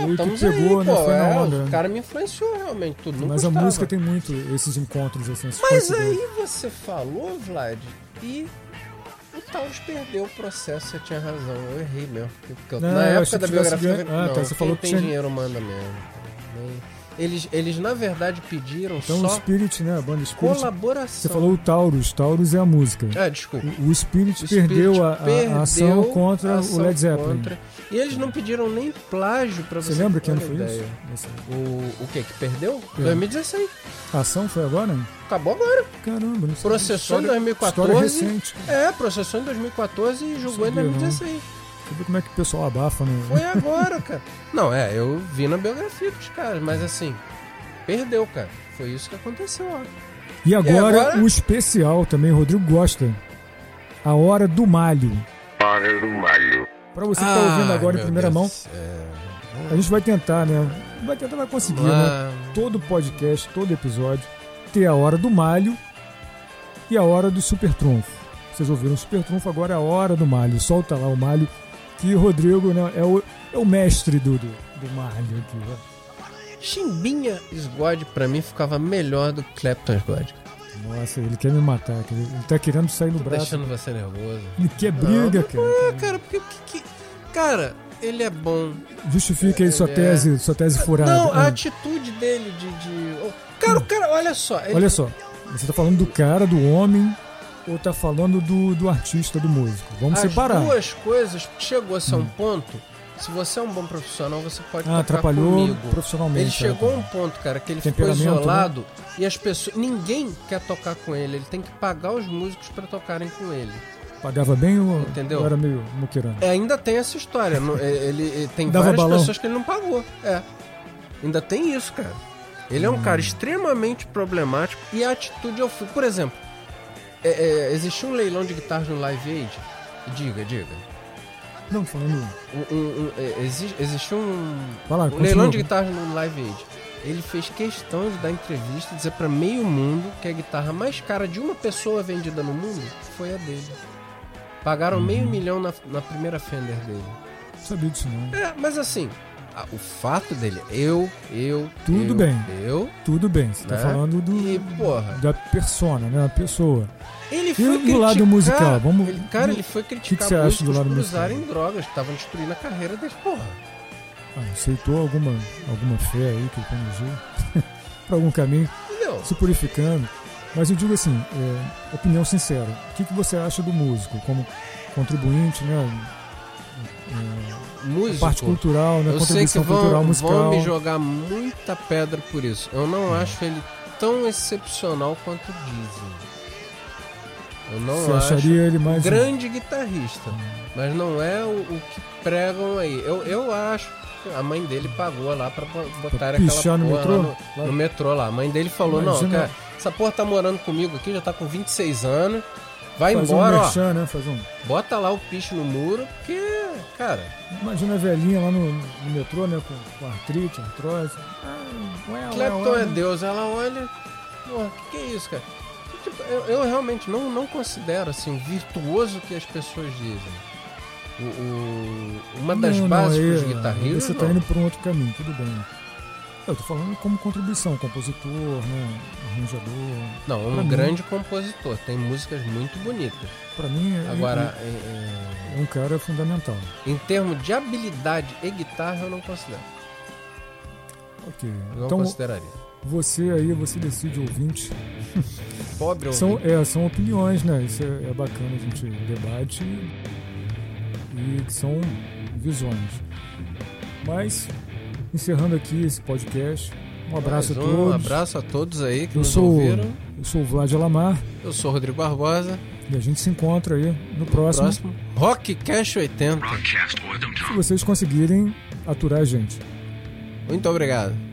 Meio que estamos pegou, aí, né? pô, Foi na é, onda. o cara me influenciou realmente, tudo, não Mas a gostava. música tem muito esses encontros, assim. essas Mas coincidências. aí você falou, Vlad, e o Taos perdeu o processo, você tinha razão, eu errei mesmo. Porque eu- Não, na eu época achei da que tivesse biografia. ganho- Ah, não, tá, você quem falou que tem tinha- dinheiro manda mesmo. Nem- Eles, eles na verdade pediram Então o só Spirit, né? A banda Spirit. colaboração. Você falou o Taurus. Taurus é a música. Ah, desculpa. O, o Spirit, O perdeu a, a- a perdeu ação a contra ação o Led Zeppelin. contra. E eles não pediram nem plágio pra você. Você lembra ter que ano uma foi ideia. isso? Essa- O, o que que perdeu? É. 2016. A ação foi agora? Acabou agora. Caramba, não sei. Processou em História- 2014. História recente. É, processou em 2014 e julgou em Sabia, não. 2016. Você vê como é que o pessoal abafa, né? Foi agora, cara. Não, é, eu vi na biografia dos caras, mas assim, perdeu, cara. Foi isso que aconteceu, ó. E agora, agora? o especial também, Rodrigo gosta. A Hora do Malho. Hora do Malho. Pra você que tá Ah, ouvindo agora em primeira mão, a gente vai tentar, né? Vai tentar, vai conseguir, né? Todo podcast, todo episódio, ter a Hora do Malho e a Hora do Super Trunfo. Vocês ouviram o Super Trunfo, agora é a Hora do Malho. Solta lá o Malho, que o Rodrigo né, é, o, é o mestre do, do, do Malho aqui. né? Chimbinha God pra mim ficava melhor do que Clapton's God. Nossa, ele quer me matar. cara. Ele tá querendo sair no Tô braço. deixando você nervoso. Ele quer briga, cara. Ah, cara, porque o que, que. Cara, ele é bom. Justifica aí sua É. tese, sua tese furada. Não, a Ah, atitude dele de. de... oh, Cara, o cara, olha só. ele- Hum. Olha só, você tá falando do cara, do homem, ou tá falando do, do artista, do músico? Vamos As separar. Hum. duas coisas chegou-se a um ponto. Se você é um bom profissional, você pode Ah, tocar atrapalhou comigo. profissionalmente. Ele chegou a né? um ponto, cara, que ele ficou Temperamento, né? isolado e as pessoas. Ninguém quer tocar com ele. Ele tem que pagar os músicos pra tocarem com ele. Pagava bem ou um- Entendeu? ou era meio muqueirano? É, ainda tem essa história. não- é, ele, é, tem Dava várias balão? pessoas que ele não pagou. É. Ainda tem isso, cara. Ele é Hum. um cara extremamente problemático e a atitude eu fui. Por exemplo, é, é, existiu um leilão de guitarras no Live Aid. Diga, diga. É. Não, falando. Um- um- um- é, exi- existiu um, Fala, O Ah, continua. leilão de guitarras no Live Aid. Ele fez questão de dar entrevista e dizer pra meio mundo que a guitarra mais cara de uma pessoa vendida no mundo foi a dele. Pagaram Uhum. meio milhão na, na primeira Fender dele. Não sabia disso, não. É, mas assim, a- o fato dele, eu, eu, Tudo eu, bem. eu, Tudo bem, você tá Né? falando do. e porra, Da persona, né? A pessoa. ele foi do lado criticar- musical? Vamos- ele- cara, ele foi que criticar você acha músicos do lado por musical? usarem drogas, que estavam destruindo a carreira deles, porra. Ah, aceitou alguma, alguma fé aí que ele conduziu pra algum caminho. Entendeu? se purificando. Mas eu digo assim, é, opinião sincera, o que, que você acha do músico como contribuinte, né? É, Músico. Parte cultural, né? é, Eu sei que Contribuição cultural, vão, musical. Hum. vão me jogar muita pedra por isso. Eu não acho ele tão excepcional quanto dizem. Eu não você acho. acharia ele mais. um- Grande guitarrista, mas não é o, o que pregam aí. Eu, eu acho que a mãe dele pagou lá pra bo- botar aquela pichar no porra metrô? lá no, Lá? no metrô lá. A mãe dele falou, não, Imagina. cara, essa porra tá morando comigo aqui, já tá com 26 anos. Vai fazer embora, um ó. merchan, né? Fazer um... Bota lá o picho no muro, porque, cara, Imagina a velhinha lá no, no metrô, né? Com, com artrite, artrose. Ah, ué, ué, Clapton ué. é Deus, ela olha. Porra, que, que é isso, cara? E, tipo, eu, eu realmente não, não considero assim o virtuoso que as pessoas dizem. O- o- uma das Não, não, bases aí- dos guitarristas. Você tá não. indo por um outro caminho, tudo bem. Eu tô falando como contribuição, compositor, né? Arranjador. Não, é pra um mim. grande compositor, tem músicas muito bonitas. Pra mim é, Agora, é- é um cara fundamental. é, em termos de habilidade e guitarra, eu não considero. Ok. Eu não então, consideraria. Você aí, você decide, ouvinte. pobre ou São, é, são opiniões, né? Isso é, é bacana, a gente debate e, e são visões. Mas, encerrando aqui esse podcast, um abraço Mais a um todos. abraço a todos aí que Eu nos sou, ouviram. eu sou o Vlad Alamar Eu sou o Rodrigo Barbosa. e a gente se encontra aí no próximo, Próximo. Rock Cash 80. Broadcast for them se vocês conseguirem aturar a gente. Muito obrigado.